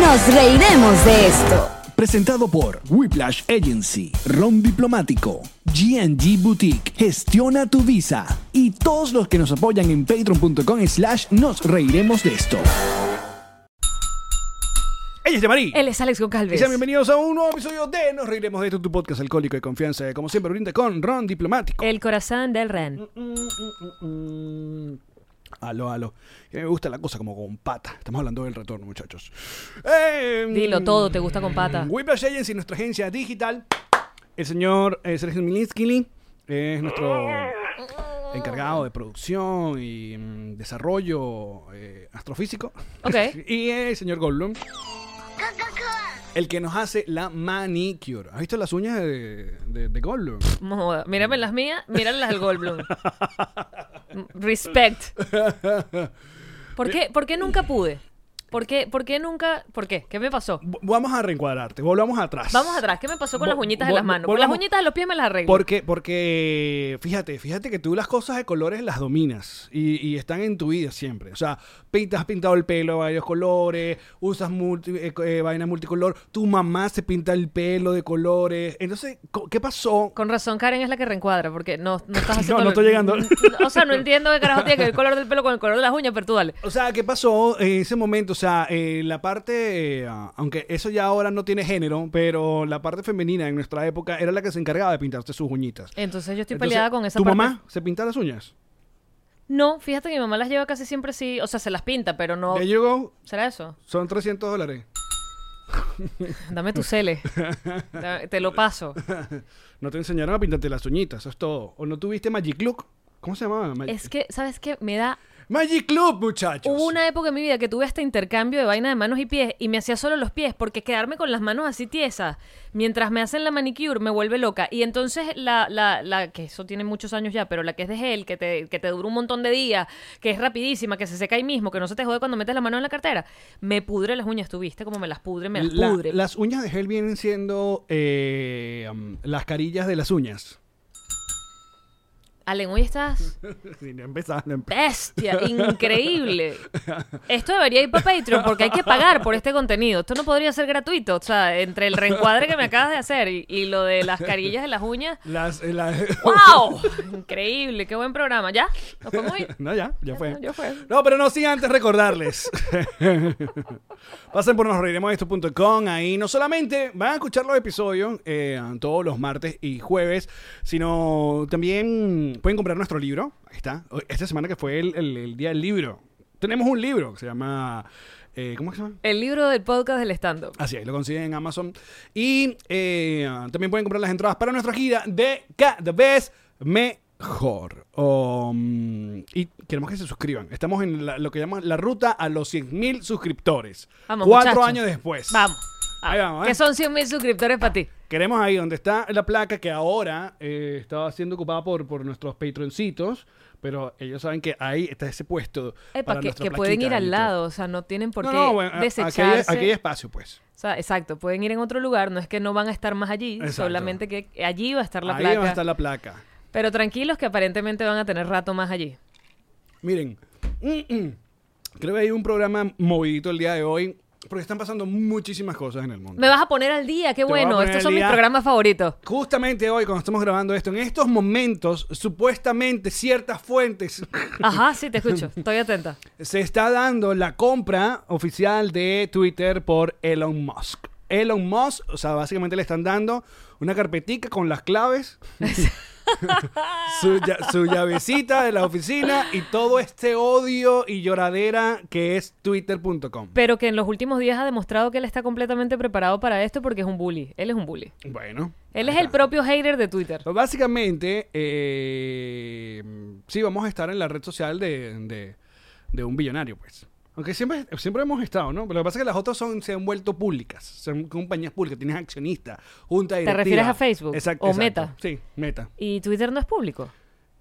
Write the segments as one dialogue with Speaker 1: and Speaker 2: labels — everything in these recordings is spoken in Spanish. Speaker 1: Nos reiremos de esto.
Speaker 2: Presentado por Whiplash Agency, Ron Diplomático, GNG Boutique, Gestiona tu Visa y todos los que nos apoyan en patreon.com slash nos reiremos de esto. Ella es Yamari.
Speaker 3: Él es Alex Goncalves.
Speaker 2: Y sean bienvenidos a un nuevo episodio de Nos Reiremos de esto, tu podcast alcohólico de confianza, que como siempre brinda con Ron Diplomático.
Speaker 3: El corazón del
Speaker 2: Mm.
Speaker 3: Ren.
Speaker 2: Aló, aló. Que Me gusta la cosa como con pata. Estamos hablando del retorno, muchachos. Eh,
Speaker 3: Dilo todo, te gusta con pata.
Speaker 2: Whiplash Agency, nuestra agencia digital. El señor eh, Sergio Milinski es nuestro encargado de producción y mm, desarrollo eh, astrofísico.
Speaker 3: Ok.
Speaker 2: y el señor Goldblum. El que nos hace la manicure. ¿Has visto las uñas de, de, de Goldblum?
Speaker 3: No joda. Mírame las mías, mírame las del Goldblum. Mm, Respect. ¿Por qué, por qué nunca pude? ¿Por qué, por qué nunca? ¿Por qué? ¿Qué me pasó?
Speaker 2: V- Vamos a reencuadrarte, volvamos atrás.
Speaker 3: Vamos atrás. ¿Qué me pasó con
Speaker 2: Vo-
Speaker 3: las uñitas de
Speaker 2: vo-
Speaker 3: las manos?
Speaker 2: volvamos-
Speaker 3: Las uñitas de los pies me las arreglo.
Speaker 2: Porque, porque, fíjate, fíjate que tú las cosas de colores las dominas y, y están en tu vida siempre. O sea, pintas, has pintado el pelo de varios colores, usas multi, eh, co- eh, vaina multicolor, tu mamá se pinta el pelo de colores. Entonces, co- ¿qué pasó?
Speaker 3: Con razón, Karen es la que reencuadra, porque no, no estás haciendo...
Speaker 2: no estoy llegando.
Speaker 3: O sea, no entiendo qué carajo tiene que ver el color del pelo con el color de las uñas, pero tú dale.
Speaker 2: O sea, ¿qué pasó en ese momento? O sea, eh, la parte, eh, ah, aunque eso ya ahora no tiene género, pero la parte femenina en nuestra época era la que se encargaba de pintarse sus uñitas.
Speaker 3: Entonces yo estoy
Speaker 2: Entonces,
Speaker 3: peleada con esa
Speaker 2: ¿Tu
Speaker 3: parte.
Speaker 2: mamá se pinta las uñas?
Speaker 3: No, fíjate que mi mamá las lleva casi siempre así. O sea, se las pinta, pero no...
Speaker 2: There you go.
Speaker 3: ¿Será eso?
Speaker 2: Son 300 dólares.
Speaker 3: Dame tu cele. Da- Te lo paso.
Speaker 2: No te enseñaron a pintarte las uñitas, eso es todo. O no tuviste Magic Look. ¿Cómo se llamaba? Mag-
Speaker 3: Es que, ¿sabes qué? Me da...
Speaker 2: Magic Look, muchachos.
Speaker 3: Hubo una época en mi vida que tuve este intercambio de vaina de manos y pies y me hacía solo los pies porque quedarme con las manos así tiesas mientras me hacen la manicure me vuelve loca. Y entonces la, la, la que eso tiene muchos años ya, pero la que es de gel, que te, que te dura un montón de días, que es rapidísima, que se seca ahí mismo, que no se te jode cuando metes la mano en la cartera, me pudre las uñas. ¿Tuviste como me las pudre? Me las
Speaker 2: La-
Speaker 3: pudre.
Speaker 2: Las uñas de gel vienen siendo eh, um, las carillas de las uñas.
Speaker 3: Allen, hoy estás...
Speaker 2: Sí, ya empezaba, ya empe-
Speaker 3: Bestia, increíble. Esto debería ir para Patreon porque hay que pagar por este contenido. Esto no podría ser gratuito. O sea, entre el reencuadre que me acabas de hacer y, y lo de las carillas de las uñas.
Speaker 2: Las, eh, las-
Speaker 3: ¡Wow! Increíble, qué buen programa. ¿Ya? ¿Nos podemos ir?
Speaker 2: No, ya, ya fue.
Speaker 3: no, ya fue.
Speaker 2: No, pero no sin antes recordarles. Pasen por nosreiremosesto.com. Ahí no solamente van a escuchar los episodios eh, todos los martes y jueves, sino también pueden comprar nuestro libro. Ahí está. Hoy- Esta semana que fue el, el- el día del libro. Tenemos un libro que se llama. eh, ¿Cómo se llama?
Speaker 3: El libro del podcast del stand-up.
Speaker 2: Así es, lo consiguen en Amazon. Y eh, también pueden comprar las entradas para nuestra gira de Cada vez Mejor. Um, y queremos que se suscriban. Estamos en la- lo que llaman la ruta a los 100.000 suscriptores.
Speaker 3: Vamos,
Speaker 2: Cuatro
Speaker 3: muchachos.
Speaker 2: años después.
Speaker 3: Vamos. Ah,
Speaker 2: Ahí vamos, ¿eh?
Speaker 3: Que son 100 mil suscriptores para ti.
Speaker 2: Queremos ahí donde está la placa que ahora eh, estaba siendo ocupada por, por nuestros patroncitos. Pero ellos saben que ahí está ese puesto.
Speaker 3: Epa,
Speaker 2: para
Speaker 3: que,
Speaker 2: nuestra
Speaker 3: que pueden
Speaker 2: plaquita
Speaker 3: ir
Speaker 2: y
Speaker 3: al
Speaker 2: todo.
Speaker 3: lado. O sea, no tienen por
Speaker 2: No,
Speaker 3: qué
Speaker 2: no, bueno, a- aquí hay-
Speaker 3: desecharse.
Speaker 2: aquí hay espacio, pues.
Speaker 3: O sea, exacto, pueden ir en otro lugar, no es que no van a estar más allí,
Speaker 2: Exacto.
Speaker 3: solamente que allí va a estar la
Speaker 2: ahí
Speaker 3: placa.
Speaker 2: va a estar la placa.
Speaker 3: Pero tranquilos que aparentemente van a tener rato más allí.
Speaker 2: Miren, mm, mm, creo que hay un programa movidito el día de hoy porque están pasando muchísimas cosas en el mundo.
Speaker 3: Me vas a poner al día, qué
Speaker 2: voy a
Speaker 3: bueno.
Speaker 2: poner
Speaker 3: Estos
Speaker 2: al
Speaker 3: son mis
Speaker 2: día.
Speaker 3: programas favoritos.
Speaker 2: Justamente hoy, cuando estamos grabando esto, en estos momentos, supuestamente ciertas fuentes
Speaker 3: Ajá, sí, te escucho. Estoy atenta.
Speaker 2: se está dando la compra oficial de Twitter por Elon Musk. Elon Musk, o sea, básicamente le están dando una carpetica con las claves, su, lla- su llavecita de la oficina y todo este odio y lloradera que es twitter.com.
Speaker 3: Pero que en los últimos días ha demostrado que él está completamente preparado para esto porque es un bully. Él es un bully.
Speaker 2: Bueno.
Speaker 3: Él es el propio hater de Twitter.
Speaker 2: Pues Básicamente, eh, sí, vamos a estar en la red social de, de- de un billonario, pues. Aunque siempre, siempre hemos estado, ¿no? Pero lo que pasa es que las otras son, se han vuelto públicas, son compañías públicas, tienes accionistas, junta directiva.
Speaker 3: refieres a Facebook?
Speaker 2: Exacto.
Speaker 3: ¿O
Speaker 2: exacto.
Speaker 3: Meta?
Speaker 2: Sí, Meta.
Speaker 3: Y Twitter no es público.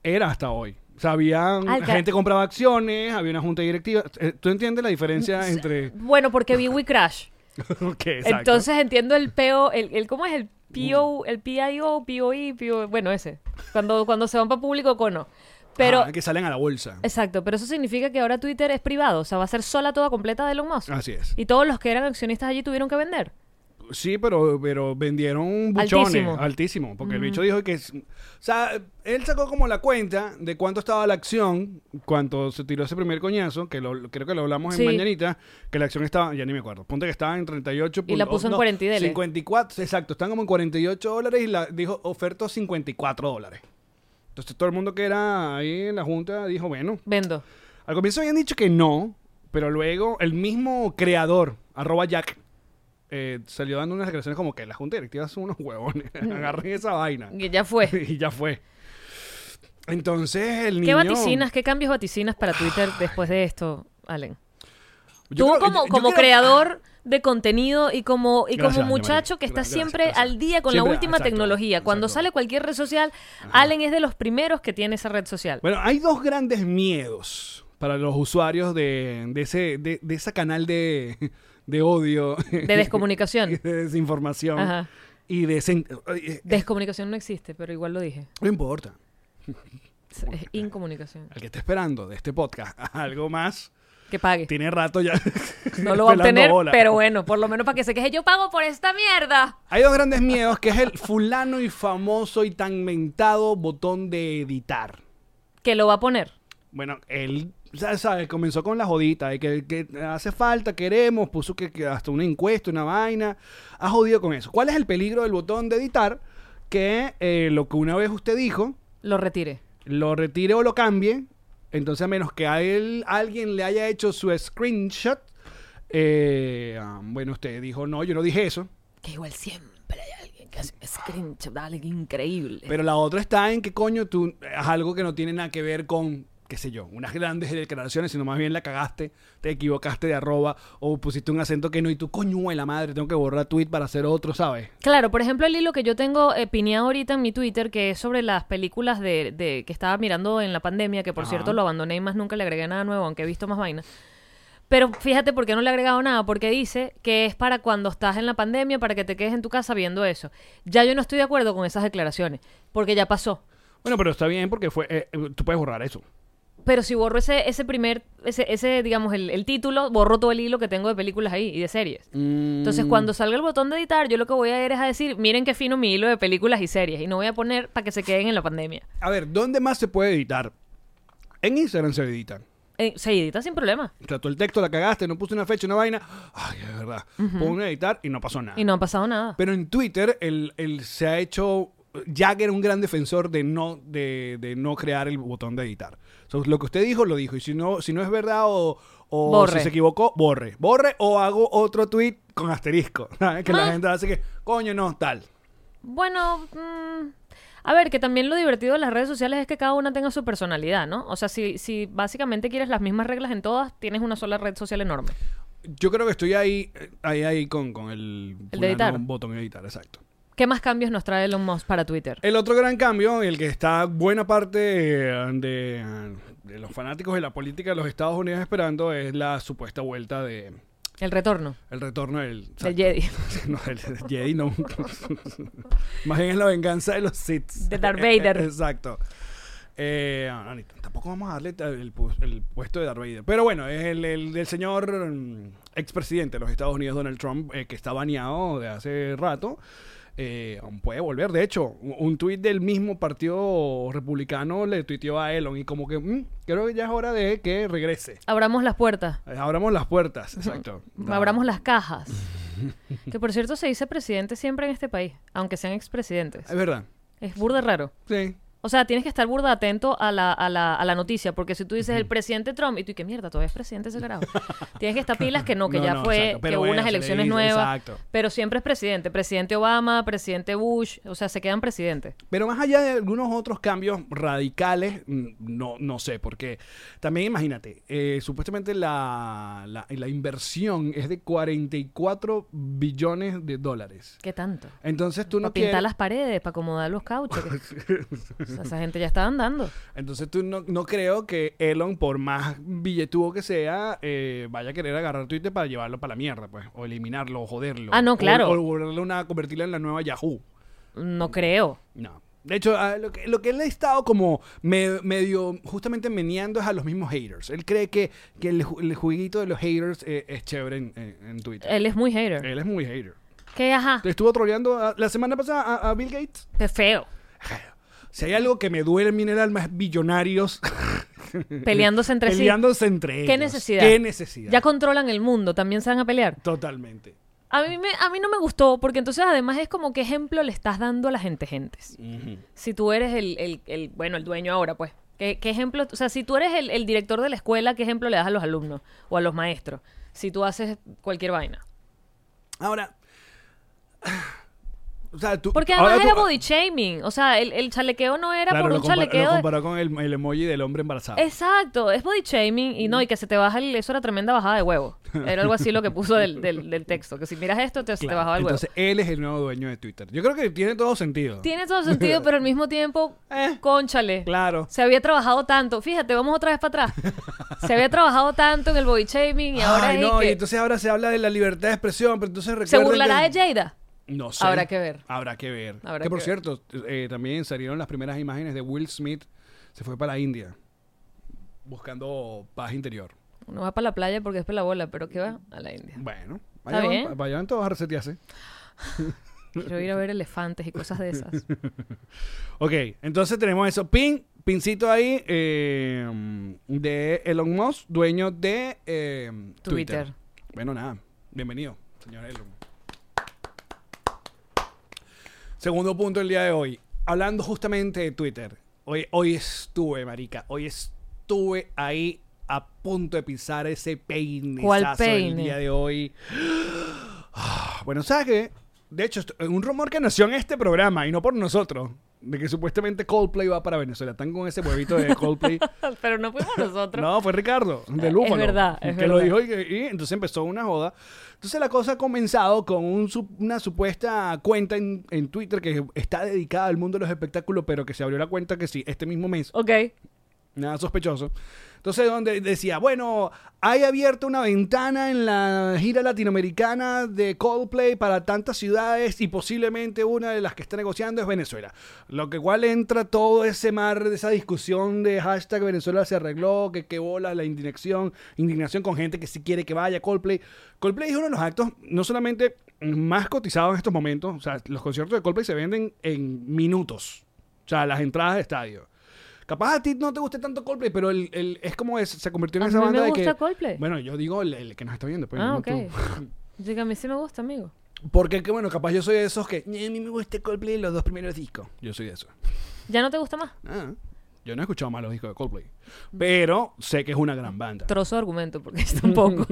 Speaker 2: Era hasta hoy. O sea, había
Speaker 3: Al ca-
Speaker 2: gente compraba acciones, había una junta directiva. Eh, ¿Tú entiendes la diferencia entre...?
Speaker 3: Bueno, porque vi We Crash.
Speaker 2: Ok, exacto.
Speaker 3: Entonces entiendo el PO, el, el- ¿cómo es el PO, el PIO, POI, PO, bueno, ese. Cuando, cuando se van para público, cono. Pero,
Speaker 2: Ah, que salen a la bolsa.
Speaker 3: exacto, pero eso significa que ahora Twitter es privado, o sea, va a ser sola toda completa de Elon Musk.
Speaker 2: Así es.
Speaker 3: Y todos los que eran accionistas allí tuvieron que vender.
Speaker 2: Sí, pero, pero vendieron buchones.
Speaker 3: Altísimo.
Speaker 2: Altísimo. porque el bicho dijo que... es- O sea, él sacó como la cuenta de cuánto estaba la acción, cuánto se tiró ese primer coñazo, que lo, creo que lo hablamos
Speaker 3: Sí.
Speaker 2: en Mañanita, que la acción estaba, ya ni me acuerdo, ponte que estaba en 38...
Speaker 3: Y la puso en 40 y dele.
Speaker 2: 54, exacto, están como en 48 dólares y la dijo oferta 54 dólares. Entonces todo el mundo que era ahí en la junta dijo, bueno,
Speaker 3: Vendo.
Speaker 2: al comienzo habían dicho que no, pero luego el mismo creador, arroba Jack, eh, salió dando unas declaraciones como que la junta directiva son unos huevones. Agarren esa vaina.
Speaker 3: Y ya fue.
Speaker 2: y ya fue. Entonces el niño.
Speaker 3: ¿Qué vaticinas, qué cambios vaticinas para Twitter después de esto, Allen?
Speaker 2: Yo
Speaker 3: Tú
Speaker 2: creo-
Speaker 3: como,
Speaker 2: yo- yo
Speaker 3: como
Speaker 2: creo-
Speaker 3: creador de contenido y como,
Speaker 2: Gracias,
Speaker 3: y como
Speaker 2: Ana María.
Speaker 3: muchacho que está
Speaker 2: Gra- gracias,
Speaker 3: siempre
Speaker 2: gracias.
Speaker 3: al día con la
Speaker 2: Siempre,
Speaker 3: última
Speaker 2: exacto,
Speaker 3: tecnología. Cuando
Speaker 2: exacto.
Speaker 3: sale cualquier red social, Allen es de los primeros que tiene esa red social.
Speaker 2: Bueno, hay dos grandes miedos para los usuarios de, de ese de, de ese canal de, de odio.
Speaker 3: De descomunicación.
Speaker 2: de desinformación.
Speaker 3: Ajá.
Speaker 2: Y de. sen- eh, eh,
Speaker 3: Descomunicación no existe, pero igual lo dije.
Speaker 2: No importa.
Speaker 3: Es, es incomunicación.
Speaker 2: Al que está esperando de este podcast algo más.
Speaker 3: Que pague.
Speaker 2: Tiene rato ya.
Speaker 3: No lo va a
Speaker 2: pelando
Speaker 3: obtener,
Speaker 2: bola.
Speaker 3: pero bueno, por lo menos para que se queje, yo pago por esta mierda.
Speaker 2: Hay dos grandes miedos, que es el fulano y famoso y tan mentado botón de editar.
Speaker 3: Que lo va a poner.
Speaker 2: Bueno, él, ¿sabes? ¿sabes? Comenzó con la jodita de que, que hace falta, queremos, puso que, que hasta una encuesta, una vaina. Ha jodido con eso. ¿Cuál es el peligro del botón de editar? Que eh, lo que una vez usted dijo,
Speaker 3: Lo retire.
Speaker 2: lo retire o lo cambie. Entonces, a menos que a él alguien le haya hecho su screenshot, eh, ah, bueno, usted dijo, no, yo no dije eso.
Speaker 3: Que igual siempre hay alguien que hace screenshot, alguien increíble.
Speaker 2: Pero la otra está en que coño tú es algo que no tiene nada que ver con qué sé yo, unas grandes declaraciones, sino más bien la cagaste, te equivocaste de arroba o pusiste un acento que no y tú coño de la madre, tengo que borrar tweet para hacer otro, ¿sabes?
Speaker 3: Claro, por ejemplo, el hilo que yo tengo eh, pineado ahorita en mi Twitter, que es sobre las películas de, de- que estaba mirando en la pandemia, que por
Speaker 2: Ajá.
Speaker 3: cierto lo abandoné y más nunca le agregué nada nuevo, aunque he visto más vainas. Pero fíjate por qué no le he agregado nada, porque dice que es para cuando estás en la pandemia, para que te quedes en tu casa viendo eso. Ya yo no estoy de acuerdo con esas declaraciones, porque ya pasó.
Speaker 2: Bueno, pero está bien porque fue eh, tú puedes borrar eso.
Speaker 3: Pero si borro ese, ese primer, ese, ese digamos, el, el título, borro todo el hilo que tengo de películas ahí y de series.
Speaker 2: Mm.
Speaker 3: Entonces, cuando salga el botón de editar, yo lo que voy a ir es a decir, miren qué fino mi hilo de películas y series. Y no voy a poner para que se queden en la pandemia.
Speaker 2: A ver, ¿dónde más se puede editar? En Instagram se editan.
Speaker 3: Eh, se edita sin problema.
Speaker 2: O sea, tú el texto la cagaste, no puse una fecha, una vaina. Ay, es verdad. Pon a editar y no pasó nada.
Speaker 3: Y no ha pasado nada.
Speaker 2: Pero en Twitter el, el- se ha hecho... Jagger era un gran defensor de no, de, de no crear el botón de editar. So, lo que usted dijo, lo dijo. Y si no, si no es verdad o, o
Speaker 3: Borre.
Speaker 2: si se equivocó, borre. Borre o hago otro tweet con asterisco. ¿sabes? Que
Speaker 3: Ah.
Speaker 2: la gente hace que, coño, no, tal.
Speaker 3: Bueno, mm, a ver, que también lo divertido de las redes sociales es que cada una tenga su personalidad, ¿no? O sea, si, si básicamente quieres las mismas reglas en todas, tienes una sola red social enorme.
Speaker 2: Yo creo que estoy ahí, eh, ahí, ahí con, con el,
Speaker 3: El de
Speaker 2: fulano
Speaker 3: editar.
Speaker 2: botón de editar, exacto.
Speaker 3: ¿Qué más cambios nos trae Elon Musk para Twitter?
Speaker 2: El otro gran cambio, el que está buena parte eh, de, de los fanáticos de la política de los Estados Unidos esperando, es la supuesta vuelta de
Speaker 3: El retorno
Speaker 2: el retorno del...
Speaker 3: del Jedi,
Speaker 2: No, el Jedi no. Más bien es la venganza de los Sith.
Speaker 3: De Darth Vader.
Speaker 2: Exacto. Eh, no, ni- tampoco vamos a darle el, pu- el puesto de Darth Vader. Pero bueno, es el, el del señor mm, expresidente de los Estados Unidos, Donald Trump, eh, que está baneado de hace rato. Eh, aún puede volver. De hecho, un- un tuit del mismo partido republicano le tuiteó a Elon y como que mm, creo que ya es hora de que regrese.
Speaker 3: abramos las puertas,
Speaker 2: Eh, Abramos las puertas, exacto.
Speaker 3: abramos las cajas. Que por cierto se dice presidente siempre en este país, aunque sean expresidentes.
Speaker 2: Es verdad.
Speaker 3: Es burda raro.
Speaker 2: Sí.
Speaker 3: O sea, tienes que estar burda atento a la, a la, a la noticia, porque si tú dices el presidente Trump y tú, ¿qué mierda? Todavía es presidente ese carajo. tienes que estar pilas que no, que
Speaker 2: No,
Speaker 3: ya
Speaker 2: no,
Speaker 3: fue,
Speaker 2: exacto.
Speaker 3: que
Speaker 2: Pero
Speaker 3: hubo
Speaker 2: bueno,
Speaker 3: unas
Speaker 2: se le
Speaker 3: elecciones
Speaker 2: dice,
Speaker 3: nuevas.
Speaker 2: exacto.
Speaker 3: Pero siempre es presidente. Presidente Obama, presidente Bush, o sea, se quedan presidentes.
Speaker 2: Pero más allá de algunos otros cambios radicales, mm, no, no sé, porque también imagínate, eh, supuestamente la, la, la inversión es de 44 billones de dólares.
Speaker 3: ¿Qué tanto?
Speaker 2: Entonces tú no
Speaker 3: para pintar
Speaker 2: quieres,
Speaker 3: las paredes, para acomodar los cauchos. que- o sea, esa gente ya está andando.
Speaker 2: entonces tú no, no creo que Elon, por más billetudo que sea, eh, vaya a querer agarrar Twitter para llevarlo para la mierda, pues, o eliminarlo, o joderlo.
Speaker 3: Ah, no,
Speaker 2: O-
Speaker 3: claro.
Speaker 2: O, volverle una, convertirla en la nueva Yahoo.
Speaker 3: No creo.
Speaker 2: No. De hecho, ah, lo que, lo que él ha estado como me- medio justamente meneando es a los mismos haters. Él cree que, que el, ju- el jueguito de los haters eh, es chévere en, en- en Twitter.
Speaker 3: Él es muy hater.
Speaker 2: Él es muy hater.
Speaker 3: Que ajá,
Speaker 2: Te estuvo troleando a- la semana pasada a, a Bill Gates.
Speaker 3: qué feo.
Speaker 2: Si hay algo que me duele a mí en el alma es billonarios
Speaker 3: Peleándose entre sí.
Speaker 2: peleándose entre ellos.
Speaker 3: ¿Qué necesidad?
Speaker 2: ¿Qué necesidad?
Speaker 3: Ya controlan el mundo, también se van a pelear.
Speaker 2: Totalmente.
Speaker 3: A mí, me, a mí no me gustó, porque entonces además es como qué ejemplo le estás dando a la gente, gentes. Si tú eres el, el- el- bueno, el dueño ahora, pues. ¿Qué, qué ejemplo? O sea, si tú eres el, el director de la escuela, ¿qué ejemplo le das a los alumnos o a los maestros? Si tú haces cualquier vaina.
Speaker 2: Ahora. O sea, tú,
Speaker 3: Porque
Speaker 2: ahora
Speaker 3: además
Speaker 2: tú-
Speaker 3: era body shaming. O sea, el, el chalequeo no era
Speaker 2: Claro,
Speaker 3: por
Speaker 2: lo
Speaker 3: un
Speaker 2: compa-
Speaker 3: chalequeo.
Speaker 2: Lo
Speaker 3: de-
Speaker 2: comparó con el, el emoji del hombre embarazado.
Speaker 3: Exacto, es body shaming y no, y que se te baja el, eso era tremenda bajada de huevo. Era algo así lo que puso del, del- del texto, que si miras esto te, se te
Speaker 2: Claro,
Speaker 3: bajaba el huevo.
Speaker 2: Entonces, él es el nuevo dueño de Twitter. Yo creo que tiene todo sentido.
Speaker 3: Tiene todo sentido, pero al mismo tiempo,
Speaker 2: Eh,
Speaker 3: conchale.
Speaker 2: Claro.
Speaker 3: Se había trabajado tanto, fíjate, vamos otra vez para atrás. Se había trabajado tanto en el body shaming y ahora
Speaker 2: Ay,
Speaker 3: es y
Speaker 2: no,
Speaker 3: que
Speaker 2: y entonces ahora se habla de la libertad de expresión, pero entonces
Speaker 3: se
Speaker 2: recuerden
Speaker 3: burlará
Speaker 2: que-
Speaker 3: de Jada.
Speaker 2: No sé.
Speaker 3: Habrá que ver.
Speaker 2: Habrá que ver.
Speaker 3: Habrá
Speaker 2: que
Speaker 3: que
Speaker 2: por
Speaker 3: ver.
Speaker 2: cierto, eh, también salieron las primeras imágenes de Will Smith. Se fue para la India buscando paz interior.
Speaker 3: Uno va para la playa porque es para la bola, pero que va a la India.
Speaker 2: Bueno,
Speaker 3: Está
Speaker 2: vayan,
Speaker 3: bien.
Speaker 2: vayan todos a resetearse.
Speaker 3: Quiero ir a ver elefantes y cosas de esas.
Speaker 2: Ok, entonces tenemos eso. Pin, pincito ahí eh, de Elon Musk, dueño de eh, Twitter.
Speaker 3: Twitter.
Speaker 2: Bueno, nada, bienvenido, señor Elon. Segundo punto del día de hoy. Hablando justamente de Twitter. Hoy, hoy estuve, marica, hoy estuve ahí a punto de pisar ese peine.
Speaker 3: ¿Cuál
Speaker 2: El
Speaker 3: peine?
Speaker 2: día de hoy. Bueno, ¿sabes qué? De hecho, esto- un rumor que nació en este programa y no por nosotros, de que supuestamente Coldplay va para Venezuela. Están con ese huevito de Coldplay.
Speaker 3: pero no fuimos nosotros. Ah,
Speaker 2: No, fue Ricardo, de
Speaker 3: Es
Speaker 2: Lúfalo.
Speaker 3: verdad,
Speaker 2: Que
Speaker 3: es
Speaker 2: lo
Speaker 3: verdad.
Speaker 2: dijo y, que- y entonces empezó una joda. Entonces la cosa ha comenzado con un sup- una supuesta cuenta en, en Twitter que está dedicada al mundo de los espectáculos, pero que se abrió la cuenta que sí, este mismo mes.
Speaker 3: Ok.
Speaker 2: Nada sospechoso. Entonces, donde decía, bueno, hay abierta una ventana en la gira latinoamericana de Coldplay para tantas ciudades y posiblemente una de las que está negociando es Venezuela. Lo que cual entra todo ese mar de esa discusión de hashtag Venezuela se arregló, que qué bola, la indignación, indignación con gente que sí quiere que vaya a Coldplay. Coldplay es uno de los actos, no solamente más cotizados en estos momentos, o sea, los conciertos de Coldplay se venden en minutos. O sea, las entradas de estadio. Capaz a ti no te guste tanto Coldplay, pero el, el- es como es, se convirtió en
Speaker 3: A
Speaker 2: esa
Speaker 3: mí me
Speaker 2: banda de
Speaker 3: gusta
Speaker 2: que...
Speaker 3: Coldplay.
Speaker 2: Bueno, yo digo el, el que nos está viendo, pues,
Speaker 3: ah,
Speaker 2: no
Speaker 3: ok.
Speaker 2: tú.
Speaker 3: Digo, a mí sí me gusta, amigo.
Speaker 2: Porque, que, bueno, capaz yo soy de esos que... "Ni A mí me gusta Coldplay los dos primeros discos. Yo soy de esos.
Speaker 3: ¿Ya no te gusta más?
Speaker 2: Ah, yo no he escuchado más los discos de Coldplay. Pero sé que es una gran banda.
Speaker 3: Trozo de argumento, porque es tampoco.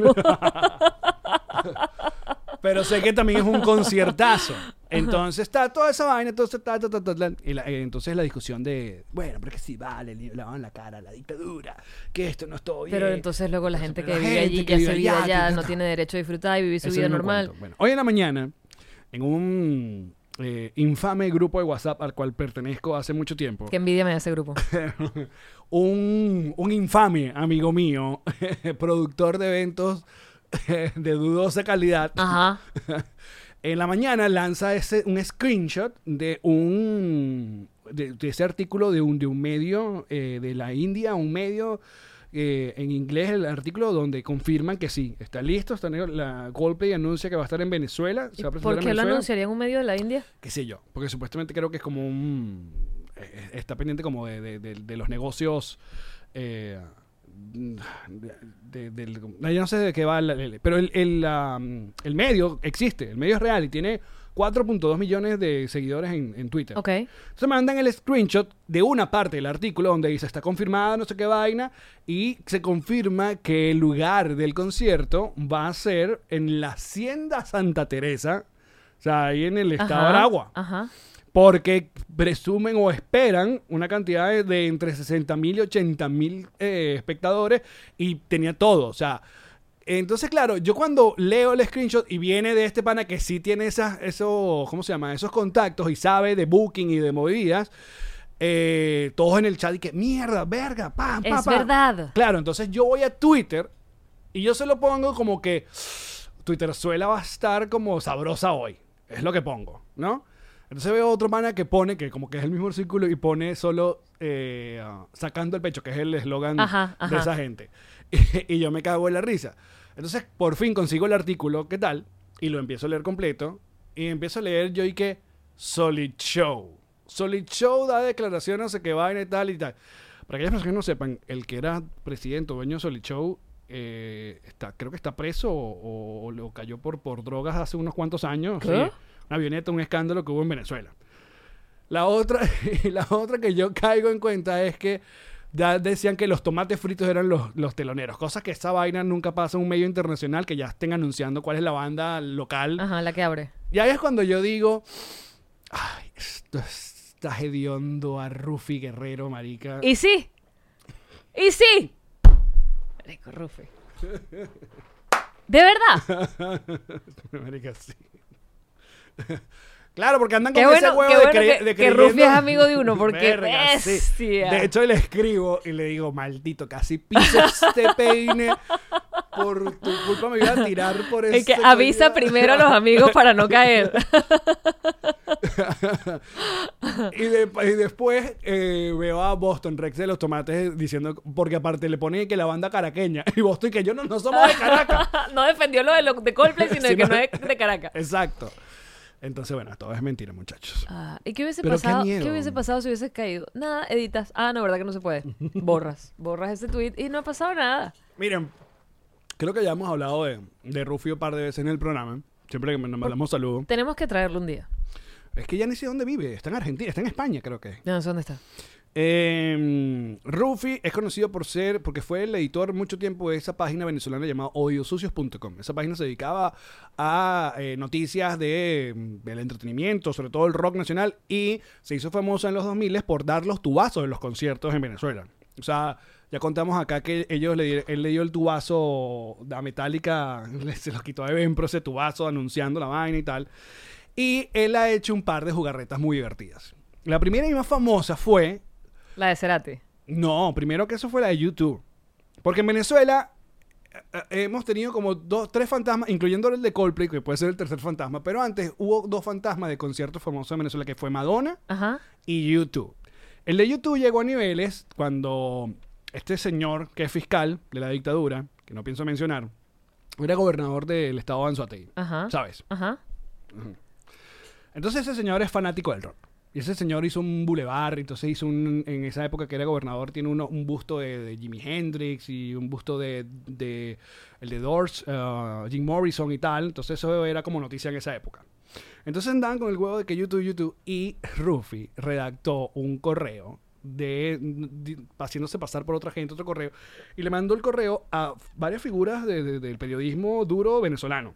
Speaker 2: Pero sé que también es un conciertazo. Entonces está toda esa vaina, entonces ta, ta, ta, ta, ta, y la- eh, entonces la discusión de, bueno, pero que sí vale, le lavan la cara a la dictadura, que esto no es todo bien.
Speaker 3: Pero entonces luego la gente que
Speaker 2: la
Speaker 3: vive
Speaker 2: gente
Speaker 3: allí,
Speaker 2: que
Speaker 3: ya
Speaker 2: vive
Speaker 3: se vive
Speaker 2: allá,
Speaker 3: allá,
Speaker 2: que-
Speaker 3: no tiene derecho a disfrutar y vivir su
Speaker 2: Ese
Speaker 3: vida
Speaker 2: mismo
Speaker 3: normal.
Speaker 2: cuento. Bueno, hoy en la mañana, en un eh, infame grupo de WhatsApp al cual pertenezco hace mucho tiempo,
Speaker 3: Qué envidia me da ese grupo.
Speaker 2: un, un infame amigo mío, productor de eventos de dudosa calidad,
Speaker 3: Ajá.
Speaker 2: en la mañana lanza ese, un screenshot de un de, de ese artículo de un, de un medio eh, de la India, un medio eh, en inglés, el artículo donde confirman que sí, está listo, está en- la Coldplay anuncia que va a estar en Venezuela. se va a presentar
Speaker 3: ¿Por
Speaker 2: en
Speaker 3: qué lo
Speaker 2: Venezuela.
Speaker 3: anunciaría en un medio de la India?
Speaker 2: Qué sé yo, porque supuestamente creo que es como un... eh, Está pendiente como de, de- de- de los negocios eh, de- del- yo no sé de qué va, la- la- pero el, el, la, mm, el medio existe, el medio es real y tiene 4.2 millones de seguidores en, en Twitter.
Speaker 3: Ok.
Speaker 2: Se mandan el screenshot de una parte del artículo donde dice está confirmada no sé qué vaina y se confirma que el lugar del concierto va a ser en la Hacienda Santa Teresa, o sea, ahí en el estado de
Speaker 3: Ajá,
Speaker 2: Aragua,
Speaker 3: Ajá.
Speaker 2: porque presumen o esperan una cantidad de, de entre 60 mil y 80 mil eh, espectadores y tenía todo, o sea... Entonces, claro, yo cuando leo el screenshot y viene de este pana que sí tiene esas, esos, ¿cómo se llama? Esos contactos y sabe de booking y de movidas, eh, todos en el chat y que mierda, verga, pam, pam,
Speaker 3: Es
Speaker 2: pam".
Speaker 3: verdad.
Speaker 2: Claro, entonces yo voy a Twitter y yo se lo pongo como que Twitter suela va a estar como sabrosa hoy. Es lo que pongo, ¿no? Entonces veo otro pana que pone, que como que es el mismo círculo, y pone solo eh, ah, sacando el pecho, que es el eslogan
Speaker 3: Ajá,
Speaker 2: de
Speaker 3: ajá.
Speaker 2: esa gente. Y, yo me cago en la risa. Entonces por fin consigo el artículo, ¿qué tal? Y lo empiezo a leer completo. Y empiezo a leer yo y que Solid Show. Solid Show da declaraciones, no sé qué vaina y tal y tal. Para aquellas personas que no sepan, el que era presidente o dueño de Solid Show, eh, está, creo que está preso o, o- o lo cayó por, por drogas hace unos cuantos años.
Speaker 3: ¿Qué?
Speaker 2: una avioneta, un escándalo que hubo en Venezuela. La otra, y la otra que yo caigo en cuenta es que ya decían que los tomates fritos eran los, los teloneros. Cosa que esa vaina nunca pasa en un medio internacional que ya estén anunciando cuál es la banda local.
Speaker 3: Ajá, la que abre.
Speaker 2: Y ahí es cuando yo digo, ay, esto está hediondo a Rufi Guerrero, marica.
Speaker 3: Y sí. Y sí. Rico, Rufi. De verdad.
Speaker 2: Marica, sí. claro, porque andan con
Speaker 3: Qué
Speaker 2: ese
Speaker 3: bueno,
Speaker 2: huevo
Speaker 3: qué
Speaker 2: de,
Speaker 3: bueno
Speaker 2: cre-
Speaker 3: que,
Speaker 2: de
Speaker 3: que
Speaker 2: creyendo-
Speaker 3: Rufi es amigo de uno, porque
Speaker 2: Verga, sí.
Speaker 3: bestia.
Speaker 2: De hecho, le escribo y le digo, maldito, casi piso este peine. Por tu culpa me voy a tirar por este eso.
Speaker 3: El que avisa primero a los amigos para no caer.
Speaker 2: y, de- y después eh, veo a Boston Rex de los Tomates diciendo, porque aparte le pone que la banda caraqueña. Y Boston que yo no, no somos de Caracas.
Speaker 3: no defendió lo de, lo, de Coldplay, sino de
Speaker 2: Sí,
Speaker 3: que
Speaker 2: no.
Speaker 3: no es de Caracas.
Speaker 2: Exacto. Entonces, bueno, todo es mentira, muchachos.
Speaker 3: Ah, ¿Y qué hubiese,
Speaker 2: Pero qué
Speaker 3: pasado,
Speaker 2: miedo.
Speaker 3: qué hubiese pasado si hubieses caído? Nada, editas. Ah, no, ¿verdad que no se puede? Borras. Borras ese tweet y no ha pasado nada.
Speaker 2: Miren, creo que ya hemos hablado de, de Rufio un par de veces en el programa. Siempre que me- nos mandamos saludos.
Speaker 3: Tenemos que traerlo un día.
Speaker 2: Es que ya ni sé dónde vive. Está en Argentina, está en España, creo que.
Speaker 3: Ya no sé dónde está.
Speaker 2: Eh, Rufi es conocido por ser, porque fue el editor mucho tiempo de esa página venezolana llamada odiosucios.com. Esa página se dedicaba a eh, noticias de, mm, del entretenimiento, sobre todo el rock nacional, y se hizo famosa en los 2000 por dar los tubazos en los conciertos en Venezuela. O sea, ya contamos acá que ellos le, di- él le dio el tubazo a Metallica, le- se los quitó a Evenpro ese tubazo anunciando la vaina y tal. Y él ha hecho un par de jugarretas muy divertidas. La primera y más famosa fue
Speaker 3: La de Cerati.
Speaker 2: no, primero que eso fue la de YouTube. Porque en Venezuela eh, eh, hemos tenido como dos, tres fantasmas, incluyendo el de Coldplay, que puede ser el tercer fantasma. Pero antes hubo dos fantasmas de conciertos famosos en Venezuela, que fue Madonna
Speaker 3: Ajá.
Speaker 2: y YouTube. El de YouTube llegó a niveles cuando este señor, que es fiscal de la dictadura, que no pienso mencionar, era gobernador del estado de Anzoátegui,
Speaker 3: Ajá.
Speaker 2: ¿sabes?
Speaker 3: Ajá.
Speaker 2: Entonces ese señor es fanático del rock. Y ese señor hizo un bulevar, entonces hizo un, en esa época que era gobernador, tiene uno- un busto de, de Jimi Hendrix y un busto de, de- el de Doors, uh, Jim Morrison y tal. Entonces eso era como noticia en esa época. Entonces andaban con el huevo de que YouTube, YouTube y Rufi redactó un correo de, de- haciéndose pasar por otra gente, otro correo, y le mandó el correo a varias figuras de- de- del periodismo duro venezolano.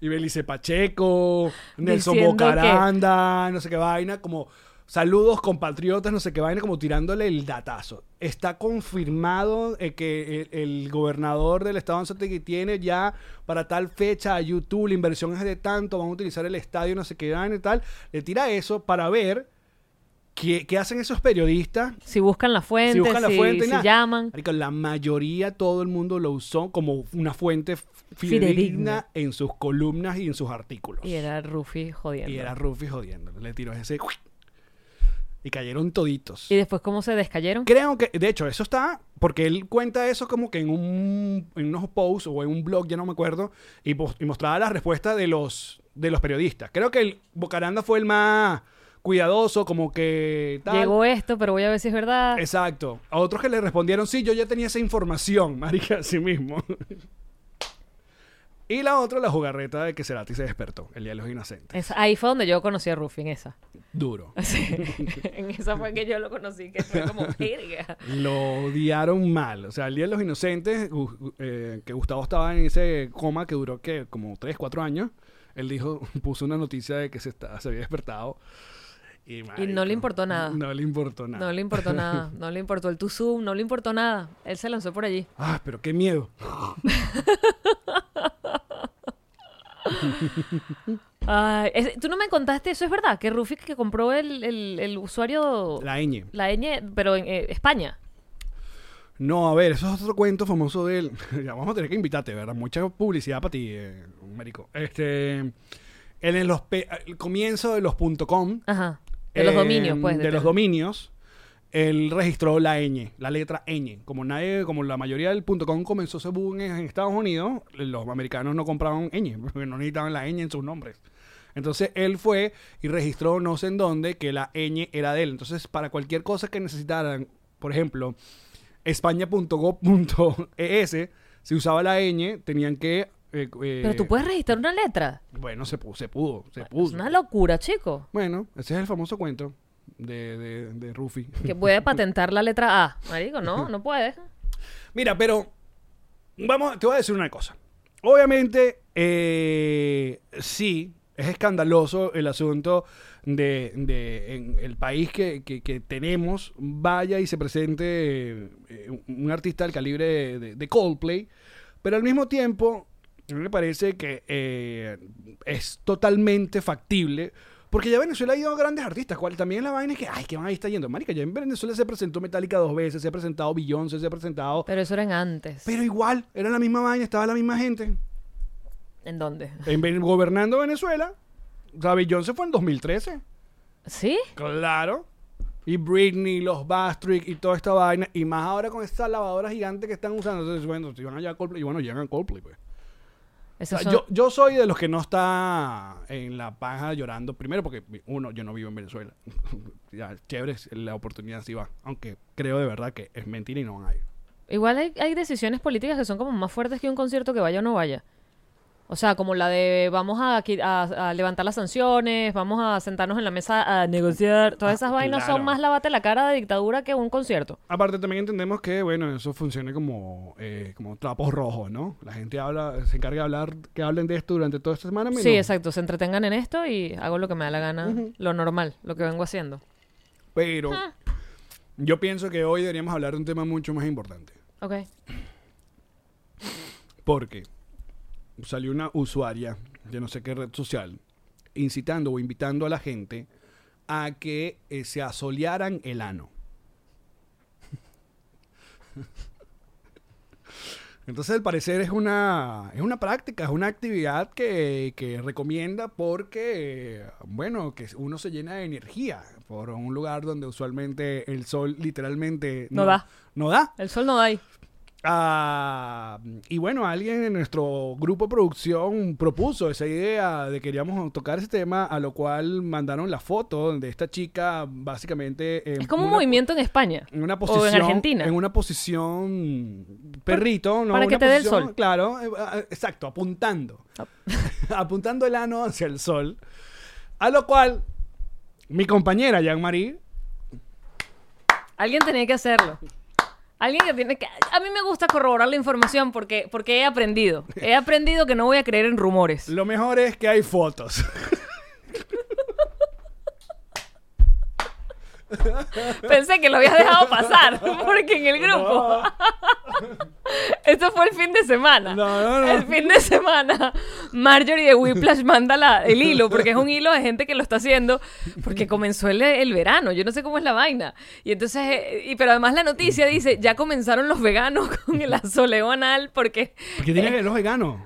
Speaker 2: Y Belice Pacheco, Nelson
Speaker 3: Diciendo
Speaker 2: Bocaranda, no sé qué vaina, como saludos compatriotas, no sé qué vaina, como tirándole el datazo. Está confirmado eh, que el, el gobernador del estado de Anzoátegui tiene ya para tal fecha a YouTube, la inversión es de tanto, van a utilizar el estadio, no sé qué vaina y tal. Le tira eso para ver qué, qué hacen esos periodistas
Speaker 3: Si buscan la fuente, si,
Speaker 2: si buscan la fuente,
Speaker 3: si
Speaker 2: nada.
Speaker 3: llaman.
Speaker 2: Marico, la mayoría, todo el mundo lo usó como una fuente fidedigna,
Speaker 3: Fidedigna.
Speaker 2: en sus columnas y en sus artículos.
Speaker 3: Y era Rufi jodiendo.
Speaker 2: Y era Rufi jodiendo. Le tiró ese. Y cayeron toditos.
Speaker 3: ¿Y después cómo se descayeron?
Speaker 2: Creo que, de hecho, eso está, porque él cuenta eso como que en, un, en unos posts o en un blog, ya no me acuerdo, y, pos- y mostraba la respuesta de los, de los periodistas. Creo que el Bocaranda fue el más, cuidadoso, como que tal.
Speaker 3: Llegó esto, pero voy a ver si es verdad.
Speaker 2: Exacto. A otros que le respondieron, sí, yo ya tenía esa información, marica, así mismo. y la otra, la jugarreta de que Cerati se despertó, el día de los inocentes.
Speaker 3: Es- ahí fue donde yo conocí a Rufi, en esa.
Speaker 2: Duro.
Speaker 3: Sí. en esa fue que yo lo conocí, que fue como verga.
Speaker 2: Lo odiaron mal. O sea, el Día de los Inocentes, Gu- Gu- eh, que Gustavo estaba en ese coma que duró que como 3, 4 años, él dijo, puso una noticia de que se, está- se había despertado. Y, marico,
Speaker 3: le importó nada.
Speaker 2: No le importó nada.
Speaker 3: No le importó nada, no le importó el Tuzum, no le importó nada. Él se lanzó por allí.
Speaker 2: Ah, pero qué miedo.
Speaker 3: Ay, es- Tú no me contaste, eso es verdad, que Rufi que compró el, el- el usuario, la,
Speaker 2: La ñ.
Speaker 3: ñ, pero en eh, España.
Speaker 2: No, a ver, eso es otro cuento famoso de él. ya vamos a tener que invitarte, ¿verdad? Mucha publicidad para ti, eh, marico. Este, en el, los pe- el comienzo de los .com,
Speaker 3: Ajá. De los
Speaker 2: eh,
Speaker 3: dominios, pues.
Speaker 2: De los
Speaker 3: tener-
Speaker 2: dominios, él registró la ñ, la letra ñ. Como nadie, como la mayoría del .com comenzó ese boom en, en Estados Unidos, los americanos no compraban ñ, porque no necesitaban la ñ en sus nombres. Entonces él fue y registró no sé en dónde que la ñ era de él. Entonces para cualquier cosa que necesitaran, por ejemplo, españa.gov.es, si usaba la ñ, tenían que... eh, eh,
Speaker 3: Pero tú puedes registrar una letra.
Speaker 2: Bueno, se pudo, se pudo, se
Speaker 3: Es
Speaker 2: pudo.
Speaker 3: una locura, chico.
Speaker 2: Bueno, ese es el famoso cuento de, de, de Rufi.
Speaker 3: Que puede patentar la letra A. Marico, no, no puede.
Speaker 2: Mira, pero vamos, te voy a decir una cosa. Obviamente, eh, sí, es escandaloso el asunto de, de en el país que, que- que tenemos vaya y se presente eh, un- un artista del calibre de, de- de Coldplay, pero al mismo tiempo a mí me parece que eh, es totalmente factible. Porque ya Venezuela ha ido a grandes artistas. Cual, también la vaina es que, ay, que van ahí está yendo. Marica, ya en Venezuela se presentó Metallica dos veces, se ha presentado Beyoncé, se ha presentado
Speaker 3: Pero eso era en antes.
Speaker 2: pero igual, era la misma vaina, estaba la misma gente.
Speaker 3: ¿En dónde?
Speaker 2: En, Ven- gobernando Venezuela, David Jones se fue en 2013.
Speaker 3: ¿Sí?
Speaker 2: Claro. Y Britney, los Bastric y toda esta vaina. Y más ahora con esta lavadora gigante que están usando. Entonces, bueno, si van allá a Coldplay, y bueno, llegan a Coldplay, pues.
Speaker 3: Esos
Speaker 2: O sea,
Speaker 3: son-
Speaker 2: Ah, yo, yo soy de los que no está en la paja llorando primero porque, uno, yo no vivo en Venezuela. ya, chévere, la oportunidad sí va. Aunque creo de verdad que es mentira y no van a ir.
Speaker 3: Igual hay, hay decisiones políticas que son como más fuertes que un concierto que vaya o no vaya. O sea, como la de vamos a, qui- a- a levantar las sanciones, vamos a sentarnos en la mesa a negociar. Todas
Speaker 2: Ah,
Speaker 3: esas vainas
Speaker 2: claro.
Speaker 3: son más lavate la cara de dictadura que un concierto.
Speaker 2: Aparte también entendemos que, bueno, eso funciona como, eh, como trapos rojos, ¿no? La gente habla, se encarga de hablar, que hablen de esto durante toda esta semana. menos-
Speaker 3: Sí, exacto. Se entretengan en esto y hago lo que me da la gana, lo normal, lo que vengo haciendo.
Speaker 2: Pero
Speaker 3: Ah.
Speaker 2: yo pienso que hoy deberíamos hablar de un tema mucho más importante.
Speaker 3: Ok.
Speaker 2: Porque salió una usuaria de no sé qué red social incitando o invitando a la gente a que eh, se asolearan el ano. Entonces, al parecer es una, es una práctica, es una actividad que, que recomienda porque, bueno, que uno se llena de energía por un lugar donde usualmente el sol literalmente
Speaker 3: No da.
Speaker 2: No da.
Speaker 3: El sol no da ahí.
Speaker 2: Ah, y bueno, alguien en nuestro grupo de producción propuso esa idea de que queríamos tocar ese tema, a lo cual mandaron la foto de esta chica básicamente en
Speaker 3: Es como un
Speaker 2: una-
Speaker 3: movimiento en España.
Speaker 2: en una
Speaker 3: O
Speaker 2: posición
Speaker 3: en Argentina.
Speaker 2: en una posición perrito, ¿no?
Speaker 3: para que
Speaker 2: Una
Speaker 3: te dé el
Speaker 2: posición-
Speaker 3: sol. Ah.
Speaker 2: Claro, eh, ah, exacto, apuntando. apuntando el ano hacia el sol. A lo cual mi compañera Jean-Marie
Speaker 3: Alguien tenía que hacerlo. Alguien que tiene que... A mí me gusta corroborar la información porque, porque he aprendido. He aprendido que no voy a creer en rumores.
Speaker 2: Lo mejor es que hay fotos.
Speaker 3: Pensé que lo habías dejado pasar, porque en el grupo. Esto fue el fin de semana.
Speaker 2: No, no, no.
Speaker 3: El fin de semana, Marjorie de Whiplash manda la- el hilo, porque es un hilo de gente que lo está haciendo, porque comenzó el, el verano. Yo no sé cómo es la vaina. Y entonces, eh, y, pero además la noticia dice: ya comenzaron los veganos con el asoleo anal, porque.
Speaker 2: Porque tiene que ver los veganos.